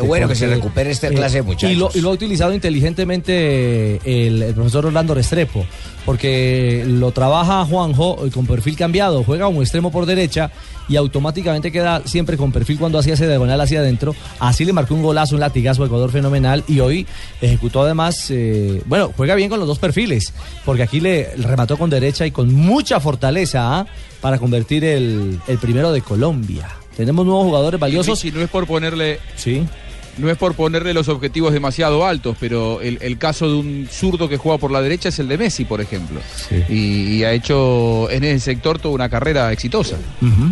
Qué bueno que se recupere esta clase de muchachos. Eh, Y lo, y lo ha utilizado inteligentemente eh, el, el profesor Orlando Restrepo, porque lo trabaja Juanjo eh, con perfil cambiado, juega un extremo por derecha y automáticamente queda siempre con perfil cuando hacía ese diagonal hacia adentro. Así le marcó un golazo, un latigazo a Ecuador fenomenal y hoy ejecutó además, eh, bueno, juega bien con los dos perfiles, porque aquí le remató con derecha y con mucha fortaleza ¿ah? para convertir el, el primero de Colombia. Tenemos nuevos jugadores valiosos. Y no es por ponerle. Sí. No es por ponerle los objetivos demasiado altos, pero el, el caso de un zurdo que juega por la derecha es el de Messi, por ejemplo. Y, y ha hecho en ese sector toda una carrera exitosa.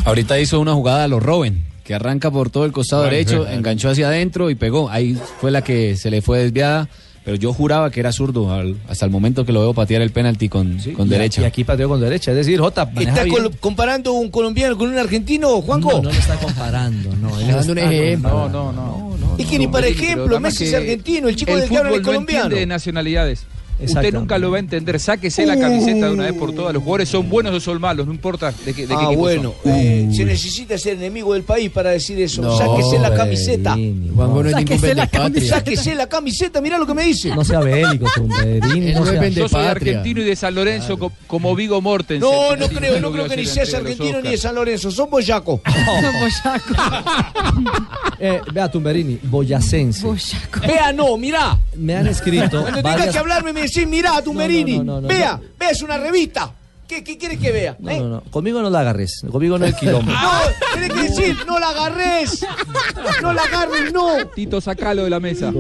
Ahorita hizo una jugada a los Robben, que arranca por todo el Ah, costado Bueno, derecho, sí. enganchó hacia adentro y pegó. Ahí fue la que se le fue desviada, pero yo juraba que era zurdo al- hasta el momento que lo veo patear el penalti con, con y- derecha. Y aquí pateó con derecha, es decir, Jota. maneja ¿Está bien. col- comparando un colombiano con un argentino, Juanco? No, no lo está comparando, no. él no Dando un está ejemplo. comparando. Ah, No, no. Es que ni para ejemplo, Messi es argentino, el chico del que habla fútbol es no colombiano. entiende de nacionalidades. Usted Exactamente. nunca lo va a entender. Sáquese la camiseta de una vez por todas. Los jugadores son buenos o son malos, no importa de qué, de qué ah, equipo bueno. son. eh, se necesita ser enemigo del país para decir eso. No, sáquese la camiseta. Juanjo no es ningún sáquese, la vendepatria. camiseta. sáquese la camiseta, mirá lo que me dice. No sea bélico, Tumberini. no sea- Yo soy vendepatria. argentino y de San Lorenzo co- como Vigo Mortensen. No, El no tipo creo, no que creo voy a que ni hacer seas la entrega de los argentino ni Oscars. de San Lorenzo. Son boyaco. Eh, vea, Tumberini, boyacense. Vea, no, mirá. Me han escrito. Cuando tengas varias- que hablarme me decís, mirá, Tumberini. No, no, no, no, vea, vea, es una revista. ¿Qué, qué quieres que vea? ¿Eh? No, no, no. Conmigo no la agarres, conmigo no el quilombo. Ah, Tenés que decir, no la agarres. No la agarres, no. Tito, sacalo de la mesa.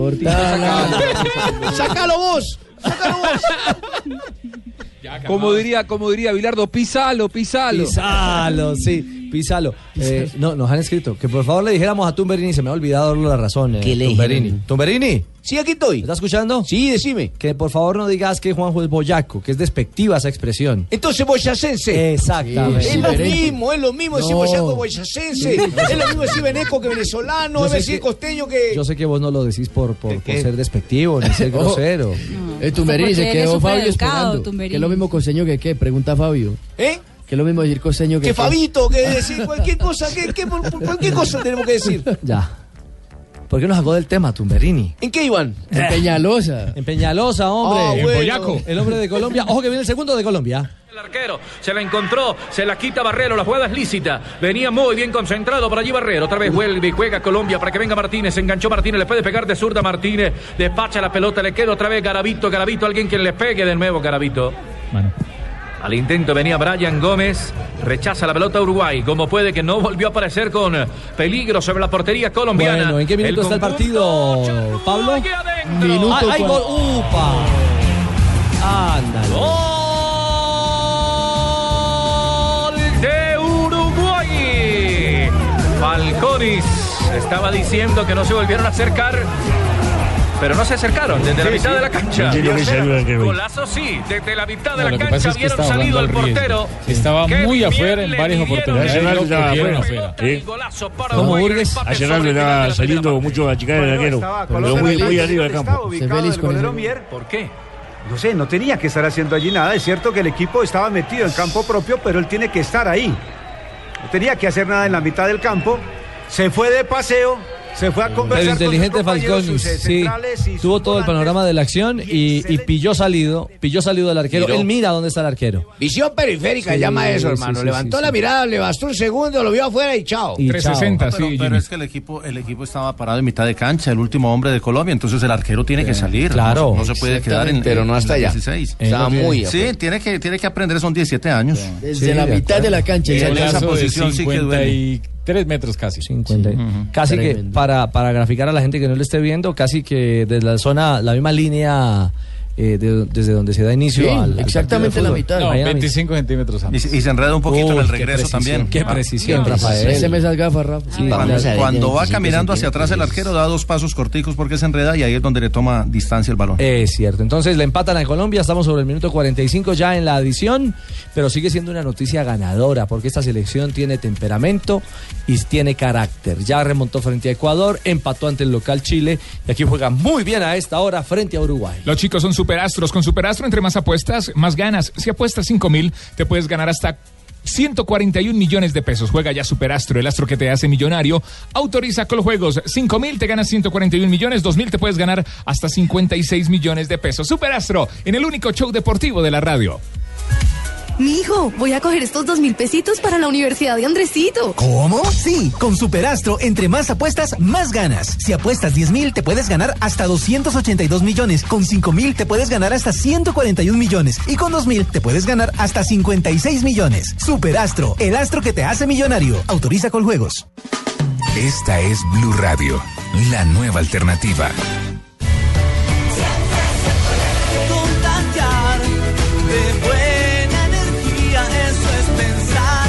Sacalo vos. Sacalo vos. Como diría, como diría Bilardo, pisalo, pisalo. Pisalo, sí, pisalo. Eh, no, nos han escrito que por favor le dijéramos a Tumberini, se me ha olvidado darle la razón. eh, ¿Qué le Tumberini. dijeron? Tumberini. Sí, aquí estoy. ¿Estás escuchando? Sí, decime. Que por favor no digas que Juanjo es boyaco, que es despectiva esa expresión. Entonces boyacense. Exactamente. Es lo mismo, es lo mismo decir No. boyaco boyacense. Es lo mismo decir veneco que venezolano. Yo Es sé decir que- costeño que. Yo sé que vos no lo decís por, por, por ser despectivo ni ser grosero. Eh, Tumberini, se quedó Fabio esperando. Tumberini. Que es lo mismo costeño que qué, pregunta Fabio. ¿Eh? Que es lo mismo decir costeño Que Fabito, que decir cualquier cosa, que, que por- por cualquier cosa tenemos que decir. Ya. ¿Por qué nos sacó del tema, Tumberini? ¿En qué iban? En Peñalosa. En Peñalosa, hombre. Ah, En bueno. Boyaco. El hombre de Colombia. Ojo que viene el segundo de Colombia. El arquero se la encontró, se la quita Barrero, la jugada es lícita. Venía muy bien concentrado por allí Barrero. Otra vez vuelve y juega Colombia para que venga Martínez. Se enganchó Martínez, le puede pegar de zurda Martínez. Despacha la pelota, le queda otra vez Garabito, Garabito, alguien que le pegue de nuevo Garabito. Al intento venía Brian Gómez, rechaza la pelota Uruguay, como puede que no volvió a aparecer con peligro sobre la portería colombiana. Bueno, ¿en qué minuto está el conjunto partido, Pablo? Minuto. Ah, hay gol. uh. ¡Upa! Ándale. ¡Gol Conis estaba diciendo que no se volvieron a acercar. Pero no se acercaron desde la Sí, mitad sí. de la cancha. Sí, sí, lo que se habla que- Golazo sí, desde la mitad de No, la lo que cancha pasa es que vieron estaba salido hablando al al riesgo. portero. Sí. Estaba Qué muy bien afuera en le varias midieron, oportunidades. midieron Nacional estaba el afuera. pelota Sí. y golazo para ¿Cómo Uruguay. Burgues? Empate Ayer sobre el final de estaba la saliendo mucho a chicar el arquero. Pero muy, muy arriba del campo. ¿Por qué? No sé, no tenía que estar haciendo allí nada. Es cierto que el equipo estaba metido en campo propio, pero él tiene que estar ahí. No tenía que hacer nada en la mitad del campo. Se fue de paseo, se fue a El conversar inteligente con sus compañeros, Falcón, sus, eh, sí, centrales y tuvo todo el panorama de la acción y, y pilló salido, pilló salido del arquero. Miró. Él mira dónde está el arquero. Visión periférica Sí, llama eso, sí, hermano. sí, Levantó sí, la sí. mirada, le bastó un segundo, lo vio afuera y chao. No, pero, pero es que el equipo, el equipo estaba parado en mitad de cancha, el último hombre de Colombia, entonces el arquero tiene que salir. Claro. No, se- no se puede quedar en. Exactamente, pero no en hasta la allá. 16. Es Estaba lo que- muy Sí, afuera. tiene que, tiene que aprender, son 17 años. Desde la mitad de la cancha. Y en esa exacto. posición sí que duele. 3 metros casi. Casi que Tremendo. para, para graficar a la gente que no le esté viendo, casi que desde la zona, la misma línea eh, de- desde donde se da inicio Sí, al- al, exactamente la mitad. No, 25 centímetros antes. Y- y se enreda un poquito en el regreso también. Qué Ah. precisión, Sí, Rafael. sí, Se me salgaba, Ah, Rafa. Cuando, cuando va caminando hacia atrás el arquero da dos pasos corticos porque se enreda y ahí es donde le toma distancia el balón. Es cierto. Entonces le empatan a Colombia, estamos sobre el minuto 45 ya en la adición, pero sigue siendo una noticia ganadora porque esta selección tiene temperamento y tiene carácter. Ya remontó frente a Ecuador, empató ante el local Chile y aquí juega muy bien a esta hora frente a Uruguay. Los chicos son superastros. Con Superastro, entre más apuestas, más ganas. Si apuestas 5 mil, te puedes ganar hasta 141 millones de pesos. Juega ya Superastro, el astro que te hace millonario. Autoriza Coljuegos. 5 mil, te ganas 141 millones. 2 mil, te puedes ganar hasta 56 millones de pesos. Superastro, en el único show deportivo de la radio. Mijo, voy a coger estos dos mil pesitos para la universidad de Andresito. ¿Cómo? Sí, con Superastro, entre más apuestas, más ganas. Si apuestas 10 mil, te puedes ganar hasta 282 millones. Con 5 mil, te puedes ganar hasta 141 millones. Y con 2 mil, te puedes ganar hasta 56 millones. Superastro, el astro que te hace millonario. Autoriza con juegos. Esta es Blue Radio, la nueva alternativa. Contagiar de buena energía, eso es pensar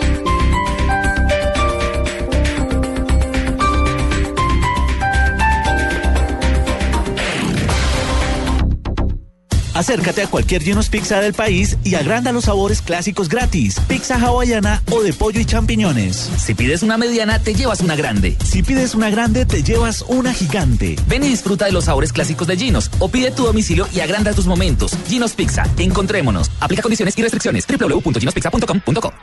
Acércate a cualquier Genos Pizza del país y agranda los sabores clásicos gratis, pizza hawaiana o de pollo y champiñones. Si pides una mediana, te llevas una grande. Si pides una grande, te llevas una gigante. Ven y disfruta de los sabores clásicos de Ginos o pide tu domicilio y agranda tus momentos. Ginos Pizza, encontrémonos. Aplica condiciones y restricciones. www.ginospizza.com.co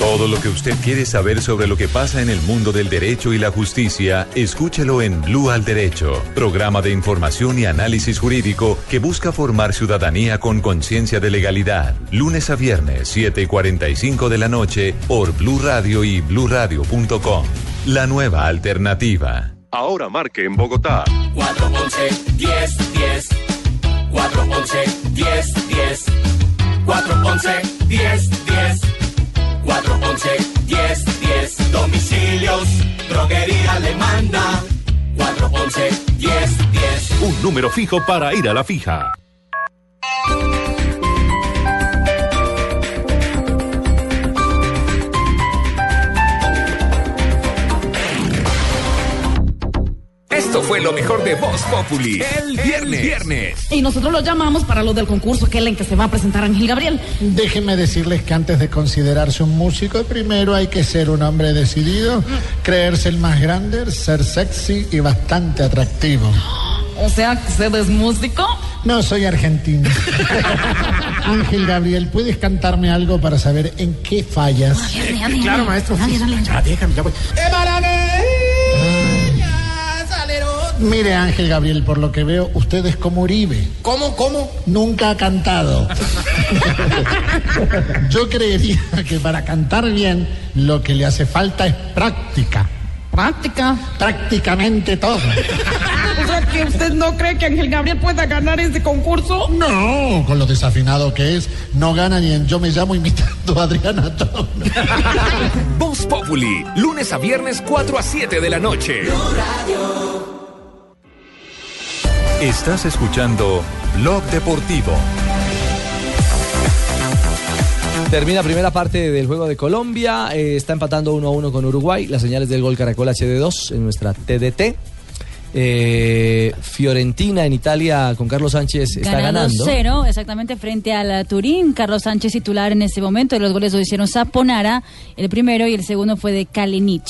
Todo lo que usted quiere saber sobre lo que pasa en el mundo del derecho y la justicia, escúchelo en Blue al Derecho, programa de información y análisis jurídico que busca formar ciudadanía con conciencia de legalidad. Lunes a viernes, 7 y 45 de la noche, por Blue Radio y bluradio.com. La nueva alternativa. Ahora marque en Bogotá. 4, 11, 10, 10. 4, 11, 10, 10. 4, 11, 10, 10. 4, 11, 10, 10. Domicilios, droguería le manda. 4, 11, 10, 10. Un número fijo para ir a la fija. Esto fue lo mejor de Voz Populi. El viernes. Y nosotros lo llamamos para los del concurso que es en que se va a presentar Ángel Gabriel. Déjenme decirles que antes de considerarse un músico, primero hay que ser un hombre decidido, creerse el más grande, ser sexy y bastante atractivo. O sea, que usted es músico. No soy argentino. Ángel Gabriel, ¿puedes cantarme algo para saber en qué fallas? Claro, maestro. Ya, déjame, ya voy. Mire, Ángel Gabriel, por lo que veo, usted es como Uribe. ¿Cómo, cómo? Nunca ha cantado. Yo creería que para cantar bien, lo que le hace falta es práctica. Práctica. Prácticamente todo. O sea, que usted no cree que Ángel Gabriel pueda ganar este concurso. No, con lo desafinado que es, no gana ni en Yo Me Llamo imitando a Adriana Tono. Voz Populi, lunes a viernes 4 a 7 de la noche. Estás escuchando Blog Deportivo. Termina primera parte del juego de Colombia. eh, está empatando 1 a 1 con Uruguay. Las señales del gol Caracol HD2 en nuestra TDT. Eh, Fiorentina en Italia con Carlos Sánchez está Gana ganando. 2-0, exactamente, frente a la Turín. Carlos Sánchez titular en este momento. Los goles lo hicieron Saponara, el primero, y el segundo fue de Kalinic.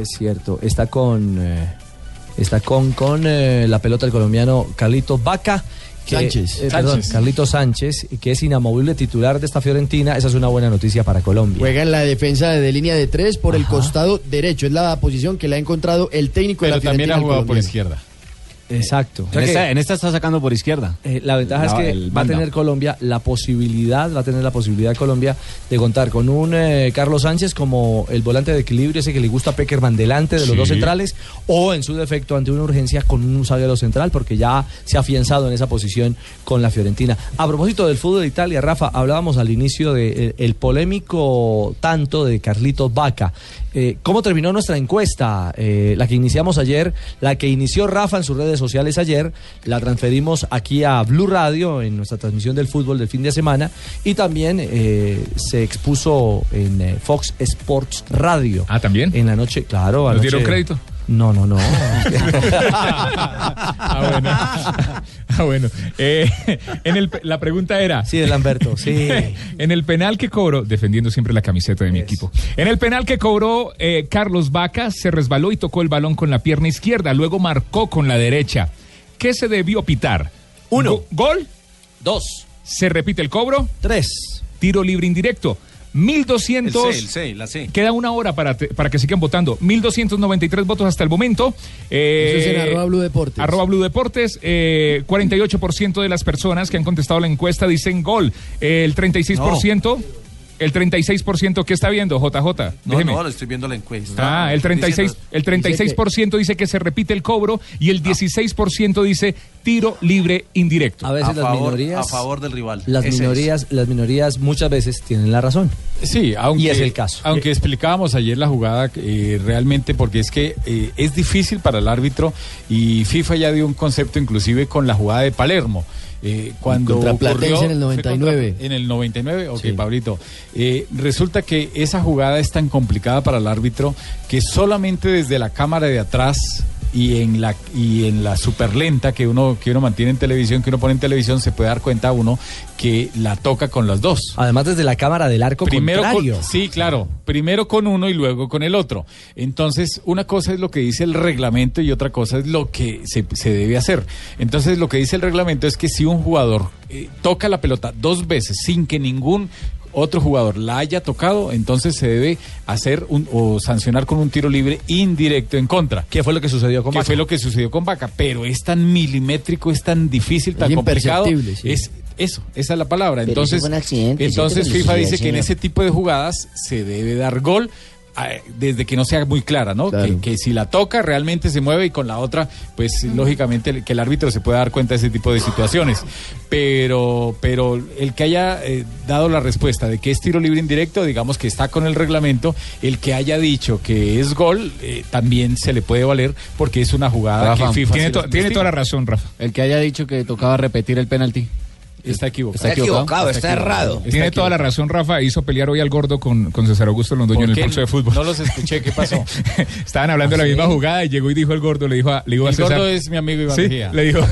Es cierto, está con eh, está con con eh, la pelota el colombiano Carlito Vaca. que- Sánchez. eh, perdón, Sánchez. Carlito Sánchez, que es inamovible titular de esta Fiorentina. Esa es una buena noticia para Colombia. Juega en la defensa de línea de tres por el costado derecho. Es la posición que le ha encontrado el técnico de Pero la también Fiorentina ha al jugado por colombiano. izquierda. Exacto. En, esta, en esta está sacando por izquierda. Eh, la ventaja es La- que va el a banda. tener Colombia la posibilidad, va a tener la posibilidad Colombia de contar con un eh, Carlos Sánchez como el volante de equilibrio, ese que le gusta a Peckerman delante de los Sí. dos centrales, o en su defecto ante una urgencia con un zaguero central, porque ya se ha afianzado en esa posición con la Fiorentina. A propósito del fútbol de Italia, Rafa, hablábamos al inicio del de, eh, el polémico tanto de Carlitos Vaca. Eh, ¿Cómo terminó nuestra encuesta? Eh, la que iniciamos ayer, la que inició Rafa en sus redes sociales ayer, la transferimos aquí a Blue Radio en nuestra transmisión del fútbol del fin de semana y también eh, se expuso en eh, Fox Sports Radio. Ah, también. En la noche, claro. ¿Nos anoche- dieron crédito? No, no, no. Ah, bueno. Eh, en el pe- la pregunta era. Sí, de Lamberto, sí. en el penal que cobró, defendiendo siempre la camiseta de mi equipo. En el penal que cobró eh, Carlos Vaca, se resbaló y tocó el balón con la pierna izquierda, luego marcó con la derecha. ¿Qué se debió pitar? Uno. ¿Gol? Dos. ¿Se repite el cobro? Tres. Tiro libre indirecto. 1200. El C, el C, la C. Queda una hora para, te- para que sigan votando. 1293 votos hasta el momento. Eh, Eso es en arroba Blue Deportes. Arroba Blue Deportes, eh, 48% de las personas que han contestado la encuesta dicen gol. El 36%, el 36% ¿qué está viendo, JJ? No, Déjeme. no, le estoy viendo la encuesta. Ah, el 36, el 36% dice que se repite el cobro y el 16% dice tiro libre indirecto. A veces las minorías. del rival. Las Ese es. minorías, las minorías muchas veces tienen la razón. Sí, Y es el caso. Aunque explicábamos ayer la jugada eh, realmente porque es que eh, es difícil para el árbitro y FIFA ya dio un concepto inclusive con la jugada de Palermo. eh, cuando Contra Platense ocurrió- en el 99. En el 99, ok, Pablito. Eh, resulta que esa jugada es tan complicada para el árbitro que solamente desde la cámara de atrás y en la y en la superlenta que uno que uno mantiene en televisión, que uno pone en televisión, se puede dar cuenta uno que la toca con las dos. Además desde la cámara del arco Primero con- contrario. sí, claro. Primero con uno y luego con el otro. Entonces, una cosa es lo que dice el reglamento y otra cosa es lo que se, se debe hacer. Entonces, lo que dice el reglamento es que si un jugador eh, toca la pelota dos veces sin que ningún otro jugador la haya tocado, entonces se debe hacer un, o sancionar con un tiro libre indirecto en contra. ¿Qué fue lo que sucedió con Vaca? fue lo que sucedió con Vaca, pero es tan milimétrico, es tan difícil, tan complicado. imperceptible, sí. Es eso, esa es la palabra. Pero entonces, eso fue un accidente, entonces eso fue una FIFA dice necesidad, que en señor. ese tipo de jugadas se debe dar gol eh, desde que no sea muy clara, ¿no? Que, que si la toca realmente se mueve y con la otra, pues lógicamente el- que el árbitro se pueda dar cuenta de ese tipo de situaciones. Pero, pero el que haya eh, dado la respuesta de que es tiro libre indirecto, digamos que está con el reglamento, el que haya dicho que es gol, eh, también se le puede valer porque es una jugada Rafa, que FIFA tiene to- tiene toda la razón, Rafa. El que haya dicho que tocaba repetir el penalti. Está equivocado. Está equivocado, está errado. Está Tiene toda la razón, Rafa. Hizo pelear hoy al gordo con, con César Augusto Londoño en el qué? pulso de fútbol. No los escuché, ¿qué pasó? Estaban hablando de la ¿Ah, sí? misma jugada y llegó y dijo el gordo, le dijo a, le dijo a El César. gordo es mi amigo Iván Sí, Mejía. Le dijo,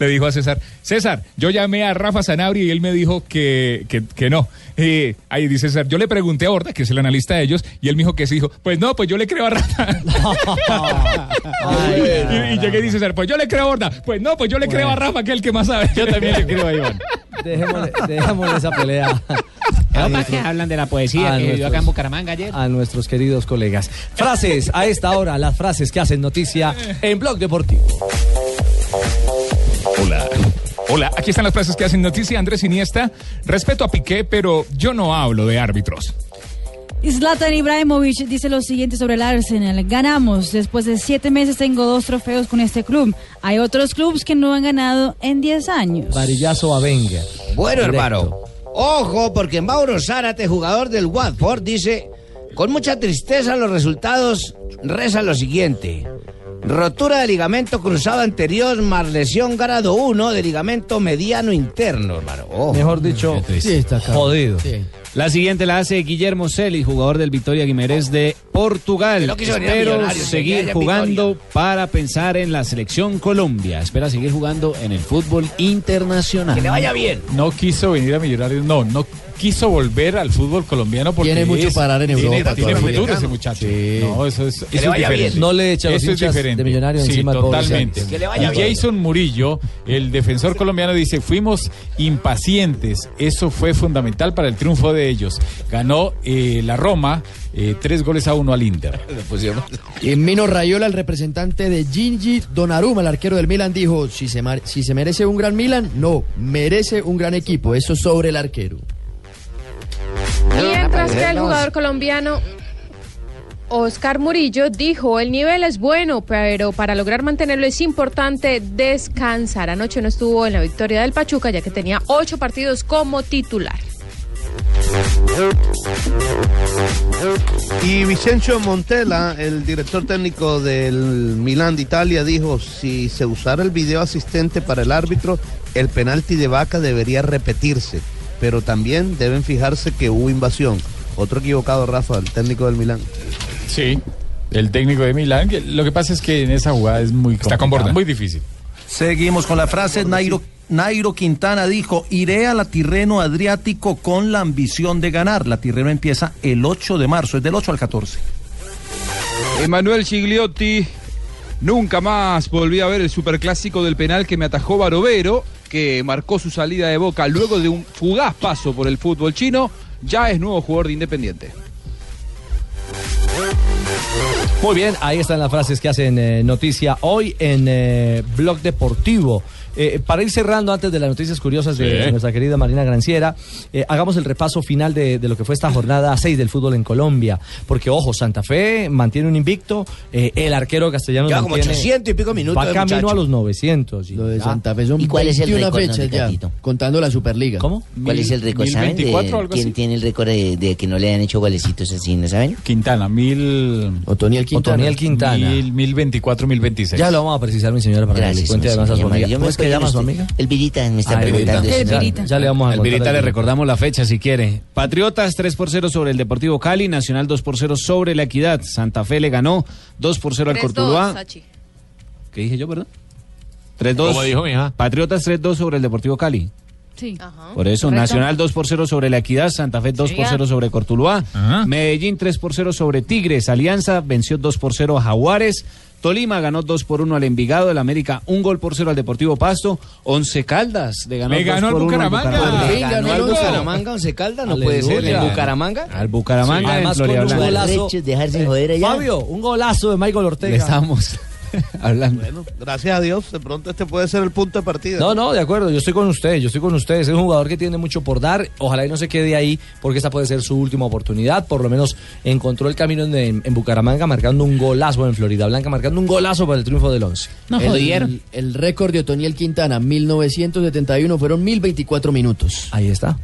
le dijo a César, César, yo llamé a Rafa Sanabria y él me dijo que, que, que no. Eh, ahí dice César, yo le pregunté a Horta, que es el analista de ellos, y él me dijo que sí. Dijo, pues no, pues yo le creo a Rafa. y, y llegué y dice César, pues yo le creo a Horta. Pues no, pues yo le creo a Rafa, que es el que más sabe. Yo también le creo a Iván. Dejémosle, dejémosle esa pelea. Además que hablan de la poesía Ah, que vivió nuestros- acá en Bucaramanga ayer. A nuestros queridos colegas. Frases a esta hora, las frases que hacen noticia en Blog Deportivo. Hola. Hola, aquí están las frases que hacen noticia. Andrés Iniesta, respeto a Piqué, pero yo no hablo de árbitros. Zlatan Ibrahimovic dice lo siguiente sobre el Arsenal. Ganamos. Después de siete meses tengo dos trofeos con este club. Hay otros clubes que no han ganado en 10 años. Varillazo a Wenger. Bueno, hermano. Ojo, porque Mauro Zárate, jugador del Watford, dice, con mucha tristeza los resultados reza lo siguiente. Rotura de ligamento cruzado anterior más lesión grado 1 de ligamento mediano interno, hermano. Ojo. Mejor dicho, jodido. La siguiente la hace Guillermo Celis, jugador del Vitoria Guimerés de Portugal. Creo que se venía Espero millonario, se seguir queda en jugando para pensar en la selección Colombia. Espera seguir jugando en el fútbol internacional. Que le vaya bien. No quiso venir a Millonarios, no, no quiso volver al fútbol colombiano porque Tiene mucho es- parar en tiene- Europa Tiene, todavía. futuro ese muchacho. No, eso es, Que eso le es vaya bien. diferente. No le echa los eso es hinchas diferente. de Millonarios sí, encima al pobre totalmente. Santos. Que le Y vaya bien. Jason Murillo, el defensor colombiano, dice: fuimos impacientes. Eso fue fundamental para el triunfo de ellos. Ganó eh, la Roma eh, tres goles a uno al Inter. Y Mino Rayola, el representante de Gigi Donnarumma, el arquero del Milan, dijo, si se, mar- si se merece un gran Milan, no, merece un gran equipo. Eso sobre el arquero. Mientras que el jugador colombiano Oscar Murillo dijo, el nivel es bueno, pero para lograr mantenerlo es importante descansar. Anoche no estuvo en la victoria del Pachuca, ya que tenía ocho partidos como titular. Y Vicencio Montella, el director técnico del Milán de Italia, dijo, si se usara el video asistente para el árbitro, el penalti de vaca debería repetirse, pero también deben fijarse que hubo invasión. Otro equivocado, Rafa, el técnico del Milán. Sí, el técnico de Milán. que- Lo que pasa es que en esa jugada es muy complicada, muy difícil. Seguimos con la frase. Nairo, Nairo Quintana dijo, iré a la Tirreno Adriático con la ambición de ganar. La Tirreno empieza el 8 de marzo, es del 8 al 14. Emanuel Gigliotti, nunca más volví a ver el superclásico del penal que me atajó Barovero, que marcó su salida de boca luego de un fugaz paso por el fútbol chino. Ya es nuevo jugador de Independiente. Muy bien, ahí están las frases que hacen eh, noticia hoy en eh, Blog Deportivo. Eh, para ir cerrando antes de las noticias curiosas de, Sí. de nuestra querida Marina Granciera, eh, hagamos el repaso final de, de lo que fue esta jornada 6 del fútbol en Colombia. Porque, ojo, Santa Fe mantiene un invicto, eh, el arquero castellano Lleva como mantiene- 800 y pico minutos. va el camino muchacho. a los 900. Lo de Santa Fe son ¿Y cuál es el 21 récord, fechas don ya, Ricardito? contando la Superliga. ¿Cómo? ¿Cuál es el récord? ¿Saben de- 1024 o algo quién así? tiene el récord de, de que no le hayan hecho golecitos así? ¿No saben? Quintana, mil. Otoniel Quintana. Otoniel Quintana. Mil, mil veinticuatro, mil veintiséis. Ya lo vamos a precisar, mi señora, para que le Gracias. cuente mi además a su señora. amiga. Yo me ¿Cómo es que acuerdo llama de su usted. amiga? El Virita me está Ah, preguntando. Elvirita. eso. Ya, ya le vamos a Al contar Virita el le Virita. recordamos la fecha si quiere. Patriotas 3 por 0 sobre el Deportivo Cali, Nacional 2 por 0 sobre la Equidad. Santa Fe le ganó 2 por 0 al 3-2, Cortuluá. Sachi. ¿Qué dije yo, perdón? 3-2. Como dijo mi hija. Patriotas 3-2 sobre el Deportivo Cali. Sí. Ah, Por eso, Correcto. Nacional 2 por 0 sobre La Equidad, Santa Fe 2 por Oiga. 0 sobre Cortuluá, Medellín 3 por 0 sobre Tigres, Alianza venció 2 por 0 a Jaguares, Tolima ganó 2 por 1 al Envigado, el América un gol por 0 al Deportivo Pasto, Once Caldas le ganó Le 2 ganó al por 1 al Bucaramanga. Bucaramanga. Le ganó al Bucaramanga, Once Caldas, no puede ser, ¿en Bucaramanga? Al Bucaramanga, Sí. en Además, Florida con un Blanca. golazo. Leches, Eh, dejarse joder allá. Fabio, un golazo de Michael Ortega. Le estamos hablando. Bueno, gracias a Dios, de pronto este puede ser el punto de partida. No, no, de acuerdo, yo estoy con ustedes, yo estoy con ustedes. Es un jugador que tiene mucho por dar, ojalá y no se quede ahí, porque esta puede ser su última oportunidad. Por lo menos encontró el camino en, en Bucaramanga marcando un golazo en Florida Blanca, marcando un golazo para el triunfo del 11. el, El récord de Otoniel Quintana, 1971, fueron 1024 minutos. Ahí está.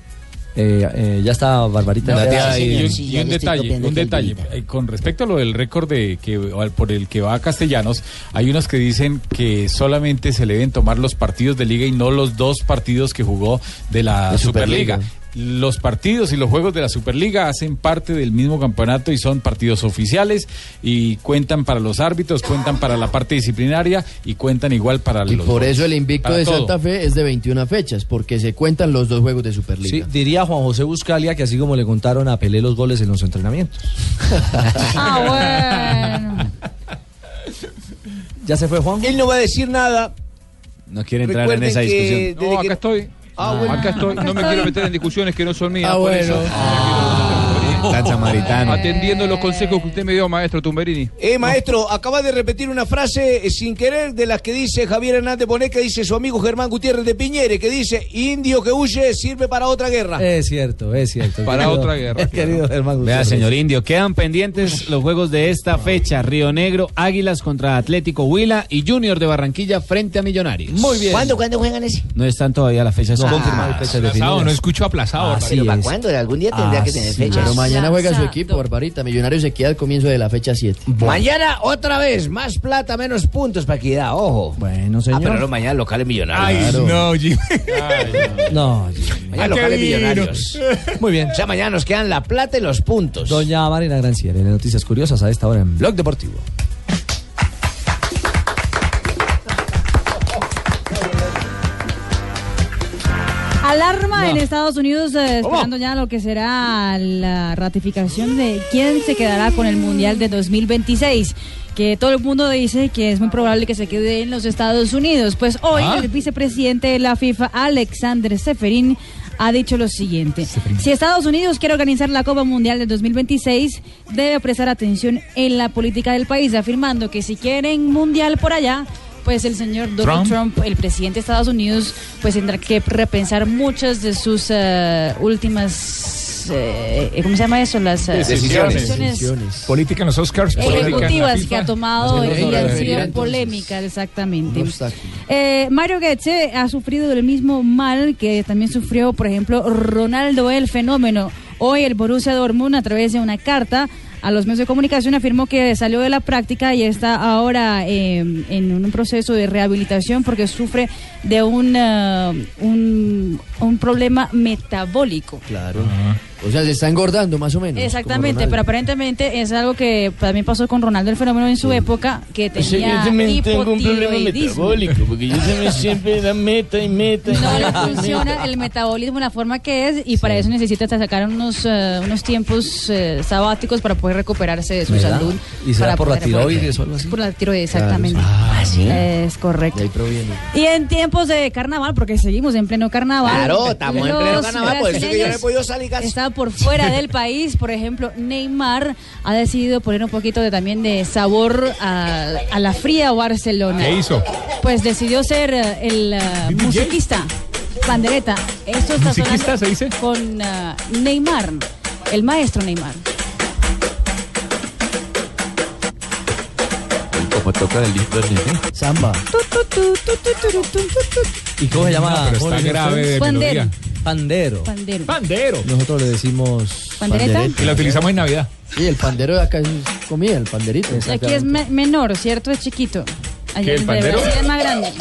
Eh, ya está Barbarita. No, Tati, ya, hay- sí, y un, sí, y ya un le estoy detalle, copiando un que el detalle. Eh, Con respecto a lo del récord de que, al- por el que va a Castellanos, hay unos que dicen que solamente se le deben tomar los partidos de liga y no los dos partidos que jugó de la De Superliga. Superliga. Los partidos y los juegos de la Superliga hacen parte del mismo campeonato y son partidos oficiales y cuentan para los árbitros, cuentan para la parte disciplinaria y cuentan igual para Y los por goles. eso el invicto Para de todo. Santa Fe es de 21 fechas, porque se cuentan los dos juegos de Sí, Superliga. diría Juan José Buscalia que así como le contaron a Pelé los goles en los entrenamientos. Ah, ¿Ya se fue Juan? Él no va a decir nada. No quiere entrar en esa que discusión. desde No, acá estoy. Ah, bueno. Acá estoy. Acá No me estoy. Ah, quiero meter en discusiones que no son mías. por eso. Tan samaritano. Atendiendo los consejos que usted me dio, maestro Tumberini. Eh, maestro, acaba de repetir una frase eh, sin querer de las que dice Javier Hernández Bonet, que dice su amigo Germán Gutiérrez de Piñere, que dice, indio que huye sirve para otra guerra. Es cierto, es cierto. Para Querido- otra guerra, Querido Germán Vea, Gutiérrez. señor Indio, quedan pendientes los juegos de esta fecha. Río Negro, Águilas contra Atlético Huila y Junior de Barranquilla frente a Millonarios. ¿Cuándo, cuándo juegan ese? No están todavía las fechas No, confirmadas. hay fechas definidas. Aplazado, no escucho aplazado. Pero ¿para cuándo? Algún día tendría que tener fecha. Pero mañana juega su equipo, Barbarita. Millonarios se queda al comienzo de la fecha 7. Mañana otra vez, más plata, menos puntos para equidad, ojo. Bueno, señor. Ah, pero no, mañana locales millonarios. no, Jimmy. No, Ah, Mañana locales millonarios. Muy bien. O sea, mañana nos quedan la plata y los puntos. Doña Marina Granciera, en las noticias curiosas a esta hora en Blog Deportivo. Alarma en Estados Unidos, eh, esperando ya lo que será la ratificación de quién se quedará con el Mundial de 2026. Que todo el mundo dice que es muy probable que se quede en los Estados Unidos. Pues hoy Ah. el vicepresidente de la FIFA, Alexander Seferin, ha dicho lo siguiente. Si Estados Unidos quiere organizar la Copa Mundial de 2026, debe prestar atención en la política del país, afirmando que si quieren Mundial por allá, pues el señor Donald Trump, Trump. el presidente de Estados Unidos, pues tendrá que repensar muchas de sus eh, últimas, eh, ¿cómo se llama eso? Las eh, Política en los Oscars. política en la ejecutivas FIFA. que ha tomado Haciendo y que han sobrevenir, sido entonces. polémicas, exactamente. Un obstáculo. Eh, Mario Goetze ha sufrido el mismo mal que también sufrió, por ejemplo, Ronaldo el fenómeno. Hoy el Borussia Dortmund a través de una carta a los medios de comunicación afirmó que salió de la práctica y está ahora eh, en un proceso de rehabilitación porque sufre de un, ah, un, un problema metabólico. Claro. O sea, se está engordando más o menos. Exactamente, pero aparentemente es algo que también pasó con Ronaldo el fenómeno en su época, que O sea, tenía yo también tengo un problema hipotiroidismo. metabólico, porque yo también siempre era meta y meta. y No le meta y meta. funciona el metabolismo de la forma que es y para eso necesita hasta sacar unos, eh, unos tiempos eh, sabáticos para poder recuperarse de su ¿Verdad? salud. ¿Y será para por la poder volver. tiroides o algo así? Ah, Por la tiroides, exactamente. Ah, Es correcto. Y en tiempos de carnaval, porque seguimos en pleno carnaval. Claro, estamos en pleno los carnaval, por eso es que yo no he brasileños podido salir casi. Está por fuera del país, por ejemplo, Neymar ha decidido poner un poquito de, también de sabor a, a la fría Barcelona. ¿Qué hizo? Pues decidió ser eh, el eh, musiquista, pandereta. Esto está ¿Musiquista sonando con eh, Neymar, el maestro Neymar. Como toca el internet. Samba. ¿Y cómo se llama? No, pero está Jorge? grave de Pandero. melodía. Pandero. Pandero. Pandero. Nosotros le decimos. ¿Pandereta? Y la utilizamos en Navidad. Sí, el pandero de acá es comida, el panderito. Aquí es me- menor, ¿cierto? Es chiquito. Allí ¿Qué, el en pandero? Brasil es más grande.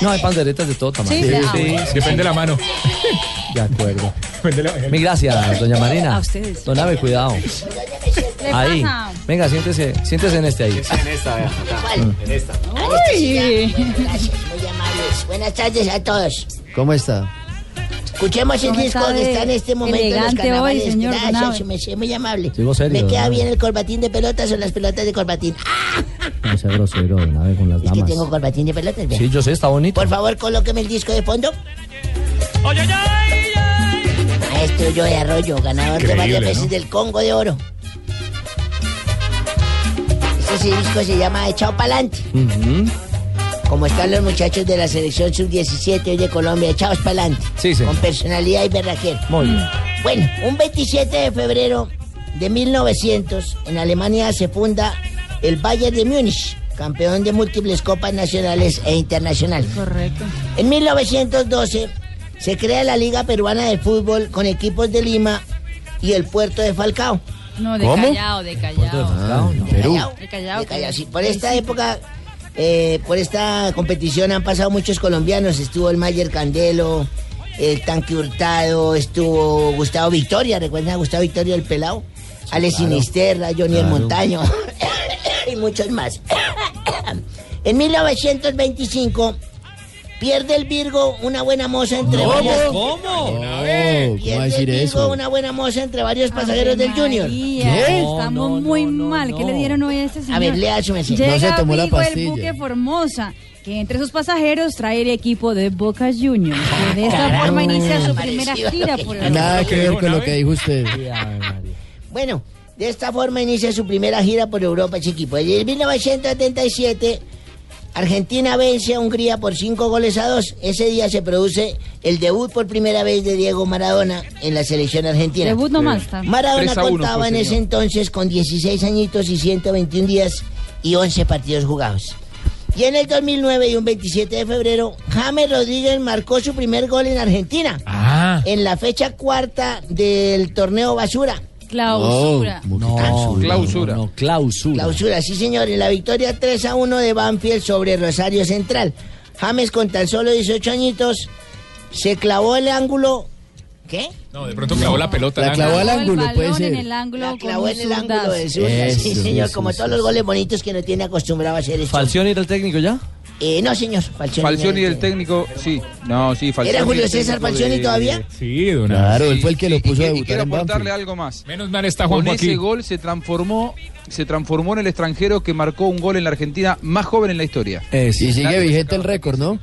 No, hay panderetas de todo tamaño. Sí, Sí, ah, sí, bueno. depende de la mano. De acuerdo. Mi gracias, doña Marina. A ustedes. Don Abe, cuidado. ¿Qué Ahí. pasa? Venga, siéntese, siéntese en este ahí. En esta, En esta. Ay. Gracias, muy amables. Buenas tardes a todos. ¿Cómo está? Escuchemos el ¿Cómo disco está que de está en este momento en los elegante hoy, carnavales. señor Gracias, Donave? me sé muy amable. Sigo serio, ¿Me queda Donave. bien el corbatín de pelotas o las pelotas de corbatín? Ah, No sea grosero, don Abe, con las es que damas. tengo corbatín de pelotas. vea. Sí, yo sé, está bonito. Por favor, colóqueme el disco de fondo. Maestro Yo de Arroyo, ganador de Increíble, varias veces ¿no? del Congo de Oro. Este disco se llama Echado Pa'lante. Como están los muchachos de la selección sub-17 hoy de Colombia, echados pa'lante. Con personalidad y berraquera. Muy bien. Bueno, un 27 de febrero de 1900, en Alemania se funda el Bayern de Múnich, campeón de múltiples copas nacionales e internacionales. Correcto. En 1912 se crea la Liga Peruana de Fútbol con equipos de Lima y el puerto de Falcao. No, de ¿Cómo? callado, de callado. Ah. Callao. De callado. De Callao, sí. Por esta época, eh, por esta competición han pasado muchos colombianos. Estuvo el Mayer Candelo, el Tanque Hurtado, estuvo Gustavo Victoria, ¿recuerdan a Gustavo Victoria el Pelao? Alex claro. Sinisterra, Johnny el Claro. Montaño y muchos más. en 1925 pierde el Virgo una buena moza entre ¿Cómo? varios. ¿Cómo? ¿Cómo va a decir Pierde el Virgo eso? una buena moza entre varios pasajeros del Junior. ¿Qué? Estamos muy mal. ¿Qué le dieron hoy a este señor? ver, lea su mensaje. Llega No se tomó la Vigo el pastilla. buque Formosa, que entre sus pasajeros trae el equipo de Boca Juniors, que de esta Caramba. forma inicia su Parecido primera a lo gira que por yo el dije. Nada que ver con lo que dijo usted. Bueno, de esta forma inicia su primera gira por Europa Pues, ese equipo. En 1977, Argentina vence a Hungría por 5 goles a 2. Ese día se produce el debut por primera vez de Diego Maradona en la selección argentina. Debut nomás, Sí. también. Maradona 3 a 1 fue, contaba en ese señor. entonces con 16 añitos y 121 días y 11 partidos jugados. Y en el 2009 y un 27 de febrero, James Rodríguez marcó su primer gol en Argentina. Ah. En la fecha cuarta del torneo Basura. Clausura. Oh, Clausura. clausura. No, clausura. Clausura, sí señor, en la victoria 3 a 1 de Banfield sobre Rosario Central. James con tan solo 18 añitos se clavó el ángulo. ¿Qué? No, de pronto clavó la pelota. eh. La clavó al ángulo, el puede balón ser. en el ángulo. La con clavó un en el zurdazo. ángulo de zurda. Sí, Eso, señor, eso, como eso, todos los goles bonitos que no tiene acostumbrado a hacer. esto. ¿Falcioni era el técnico ya? Eh, no, señor. Falcioni. Falcioni el técnico, sí. No, sí, Falcioni. ¿Era Julio el técnico César Falcioni de- todavía? Sí, de una Claro, vez. él fue el que lo puso a Y debutar quiero en aportarle Banfield. algo más. Menos mal está Con Juanjo ese aquí. gol se transformó, se transformó en el extranjero que marcó un gol en la Argentina más joven en la historia. Y sigue vigente el récord, ¿no?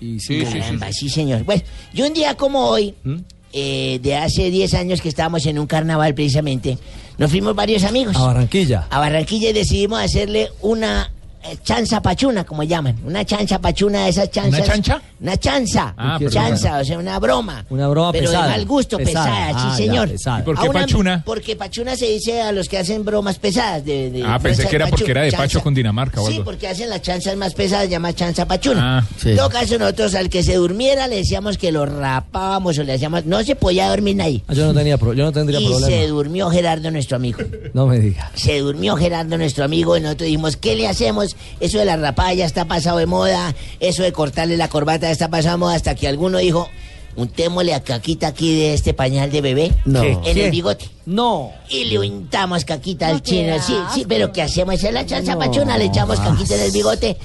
Y sí, sí, sí. Caramba, sí, señor. Bueno, y un día como hoy, ¿Mm? eh, de hace 10 años que estábamos en un carnaval precisamente, nos fuimos varios amigos. A Barranquilla. a Barranquilla y decidimos hacerle una eh, chanza pachuna, como llaman. Una chanza pachuna de esas chanzas. ¿Una chancha? Una chanza. Ah, pero chanza, bueno. o sea, una broma. Una broma pero pesada. de mal gusto, pesada, Ah, sí, ya, señor. pesada. ¿Y por A qué una- pachuna? Porque pachuna se dice a los que hacen bromas pesadas. De, de- Ah, pensé chanza, que era porque pachu- era de chanza. Pacho con Dinamarca o Sí, algo. porque hacen las chanzas más pesadas, llama chanza pachuna. Ah, sí. En todo caso, nosotros al que se durmiera le decíamos que lo rapábamos o le hacíamos. No se podía dormir nadie. Ah, Yo no, tenía pro- yo no tendría Y se problema. durmió Gerardo, nuestro amigo. No me diga. Se durmió Gerardo, nuestro amigo, y nosotros dijimos, ¿qué le hacemos? Eso de la rapada ya está pasado de moda, eso de cortarle la corbata ya está pasado de moda, hasta que alguno dijo, untémosle a caquita aquí de este pañal de bebé No. en ¿Qué? el bigote. No. Y le untamos caquita al No, qué chino, sí, sí, pero ¿qué hacemos? Es la chanza pachona, le echamos caquita en el bigote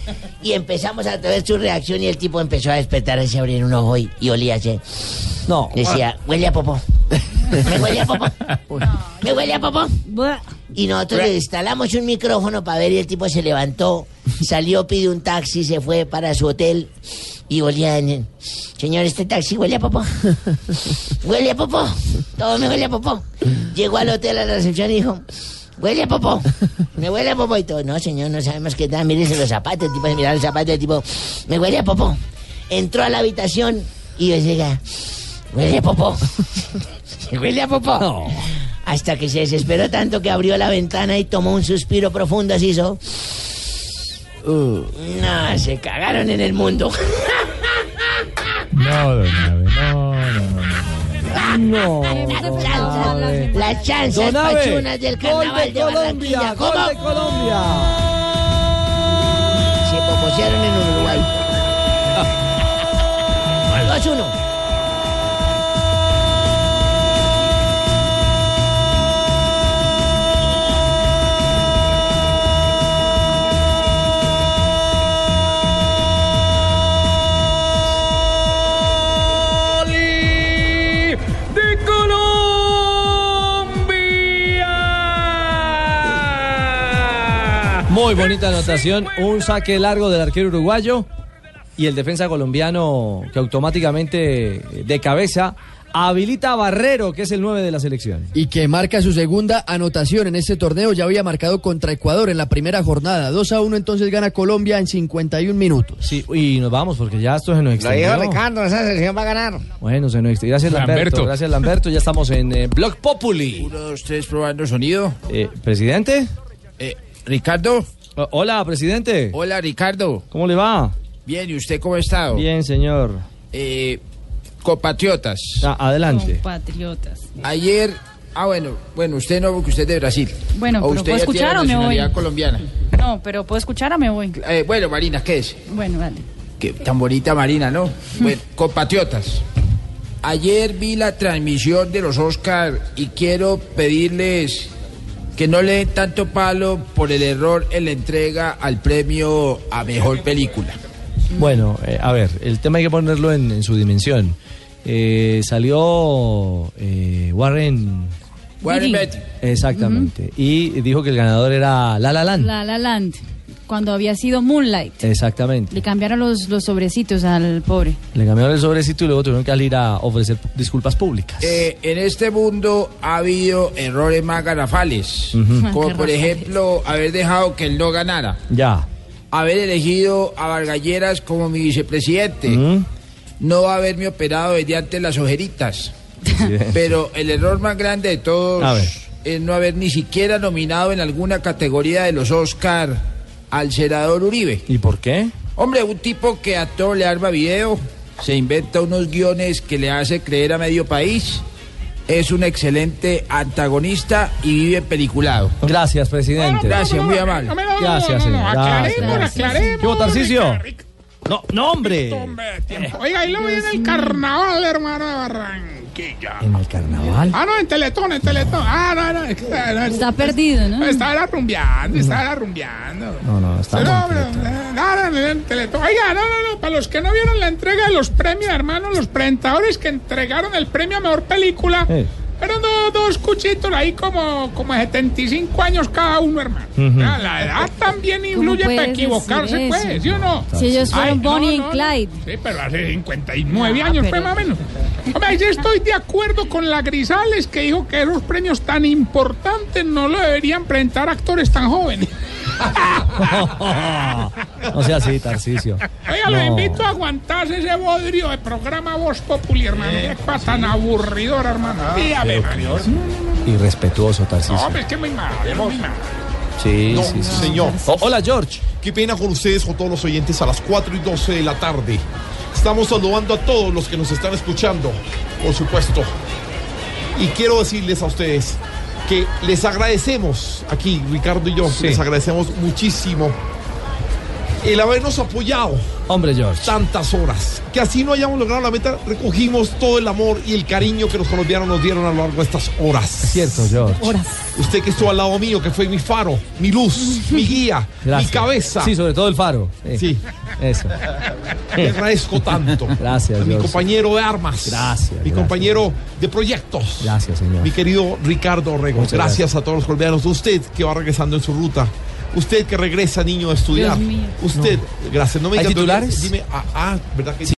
y empezamos a traer su reacción y el tipo empezó a despertar, se abrir un ojo y, y olía así. No. Decía, Ah. huele a popó. Me huele a popó. Me huele a popó. Y nosotros le instalamos un micrófono para ver y el tipo se levantó, salió, pidió un taxi, se fue para su hotel y olía en el- Señor, este taxi huele a popó. Huele a popó. Todo me huele a popó. Llegó al hotel a la recepción y dijo, huele a popó. Me huele a popó y todo. No, señor, no sabemos qué tal. Mírese los zapatos. El tipo se miraba los zapatos. El tipo, me huele a popó. Entró a la habitación y yo decía, huele a popó. ah. Huele a popó. Hasta que se desesperó tanto que abrió la ventana y tomó un suspiro profundo, así hizo. Uh. No, se cagaron en el mundo. No, don Abe, no, no, no, No. Las chanzas Don Abe, pachunas del carnaval de Barranquilla. ¿Cómo? Colombia. Se poposearon en Uruguay. 2-1. de Colombia. Muy bonita anotación, un saque largo del arquero uruguayo y el defensa colombiano que automáticamente eh, de cabeza habilita a Barrero, que es el 9 de la selección. Y que marca su segunda anotación en este torneo. Ya había marcado contra Ecuador en la primera jornada. 2 a 1 entonces gana Colombia en 51 minutos. Sí, y nos vamos porque ya esto se Lo nos dijo extendió. Ricardo, esa selección va a ganar. Bueno, se nos extendió. Gracias Lamberto. Lamberto. Gracias Lamberto, ya estamos en eh, Blog Populi. Uno, dos, tres, probando sonido. Eh, Eh, presidente. Ricardo. hola, presidente. Hola, Ricardo. ¿Cómo le va? Bien, ¿y usted cómo ha estado? Bien, señor. Ah, Eh, compatriotas. adelante. Patriotas. Ayer, ah, bueno, bueno, usted no, porque usted es de Brasil. Bueno, o usted pero ¿puedo ya tiene escuchar la o me voy? nacionalidad colombiana. No, pero ¿puedo escuchar o me voy? Eh, bueno, Marina, ¿qué es? Bueno, dale. Qué tan bonita Marina, ¿no? Bueno, compatriotas. Ayer vi la transmisión de los Oscar y quiero pedirles que no le den tanto palo por el error en la entrega al premio a mejor película. Bueno, eh, a ver, el tema hay que ponerlo en, en su dimensión. Eh, salió eh, Warren. Warren Beatty. Exactamente. Y dijo que el ganador era La La Land. La La Land. cuando había sido Moonlight. Exactamente. Le cambiaron los, los sobrecitos al pobre. Le cambiaron el sobrecito y luego tuvieron que salir a ofrecer disculpas públicas. Eh, en este mundo ha habido errores más garrafales, Ujú. Ah, como por Garrafales. ejemplo haber dejado que él no ganara, Ya. haber elegido a Vargalleras como mi vicepresidente, no haberme operado desde antes las ojeritas, pero el error más grande de A todos ver. es no haber ni siquiera nominado en alguna categoría de los Oscar al senador Uribe. ¿Y por qué? Hombre, un tipo que a todo le arma video, se inventa unos guiones que le hace creer a medio país, es un excelente antagonista y vive peliculado. Gracias, presidente. Gracias, muy amable. Gracias, señor. aclaremos, Gracias. aclaremos, ¿Qué hubo, Tarcisio? No, no, hombre. Oiga, ahí lo vi en el carnaval, hermano de Barranquilla. En el carnaval. Ah, no, en Teletón, en Teletón. Ah, no, no. Está, Está perdido, ¿no? Estaba la rumbeando, estaba la rumbeando. No, no, No, está no, mal. no, no, en Teletón. Oiga, no, no, no, para los que no vieron la entrega de los premios, hermano, los presentadores que entregaron el premio a mejor película, Eh. eran dos, dos cuchitos ahí como, como de 75 años cada uno, hermano. Mm. Ujú. Ah, La edad también influye para puedes equivocarse, decir pues, eso? ¿sí o no? Si ellos fueron Ay, no, Bonnie no, and Clyde. Sí, pero hace 59 Ah, años, pero- pues, más o menos. Hombre, yo estoy de acuerdo con la Grisales que dijo que esos premios tan importantes no lo deberían presentar actores tan jóvenes. No sea así, Tarcisio. Oiga, los No. invito a aguantarse ese bodrio de programa Voz Populi, hermano. Qué cosa tan aburridor, hermano. Sí, a ver, Mario. Irrespetuoso, No, Tarcisio. hombre, es que muy mal, muy mal. Sí, No, sí, sí. señor. hola, George. Qué pena con ustedes, con todos los oyentes, a las 4 y 12 de la tarde. Estamos saludando a todos los que nos están escuchando, por supuesto. Y quiero decirles a ustedes que les agradecemos, aquí Ricardo y yo, les agradecemos muchísimo el habernos apoyado. Hombre, George. Tantas horas. Que así no hayamos logrado la meta, recogimos todo el amor y el cariño que los colombianos nos dieron a lo largo de estas horas. Es cierto, George. Usted que estuvo al lado mío, que fue mi faro, mi luz, mi guía, Gracias. mi cabeza. Sí, sobre todo el faro. Sí. Eso. Le agradezco tanto. Gracias, A mi George. compañero de armas. Gracias, Mi gracias. compañero de proyectos. Gracias, señor. Mi querido Ricardo Orrego. Muchas Gracias, a todos los colombianos. Usted que va regresando en su ruta. Usted que regresa niño a estudiar. Dios mío. Usted, gracias. No me ¿Hay diga- titulares? Dime, ah, ah, ¿verdad que sí?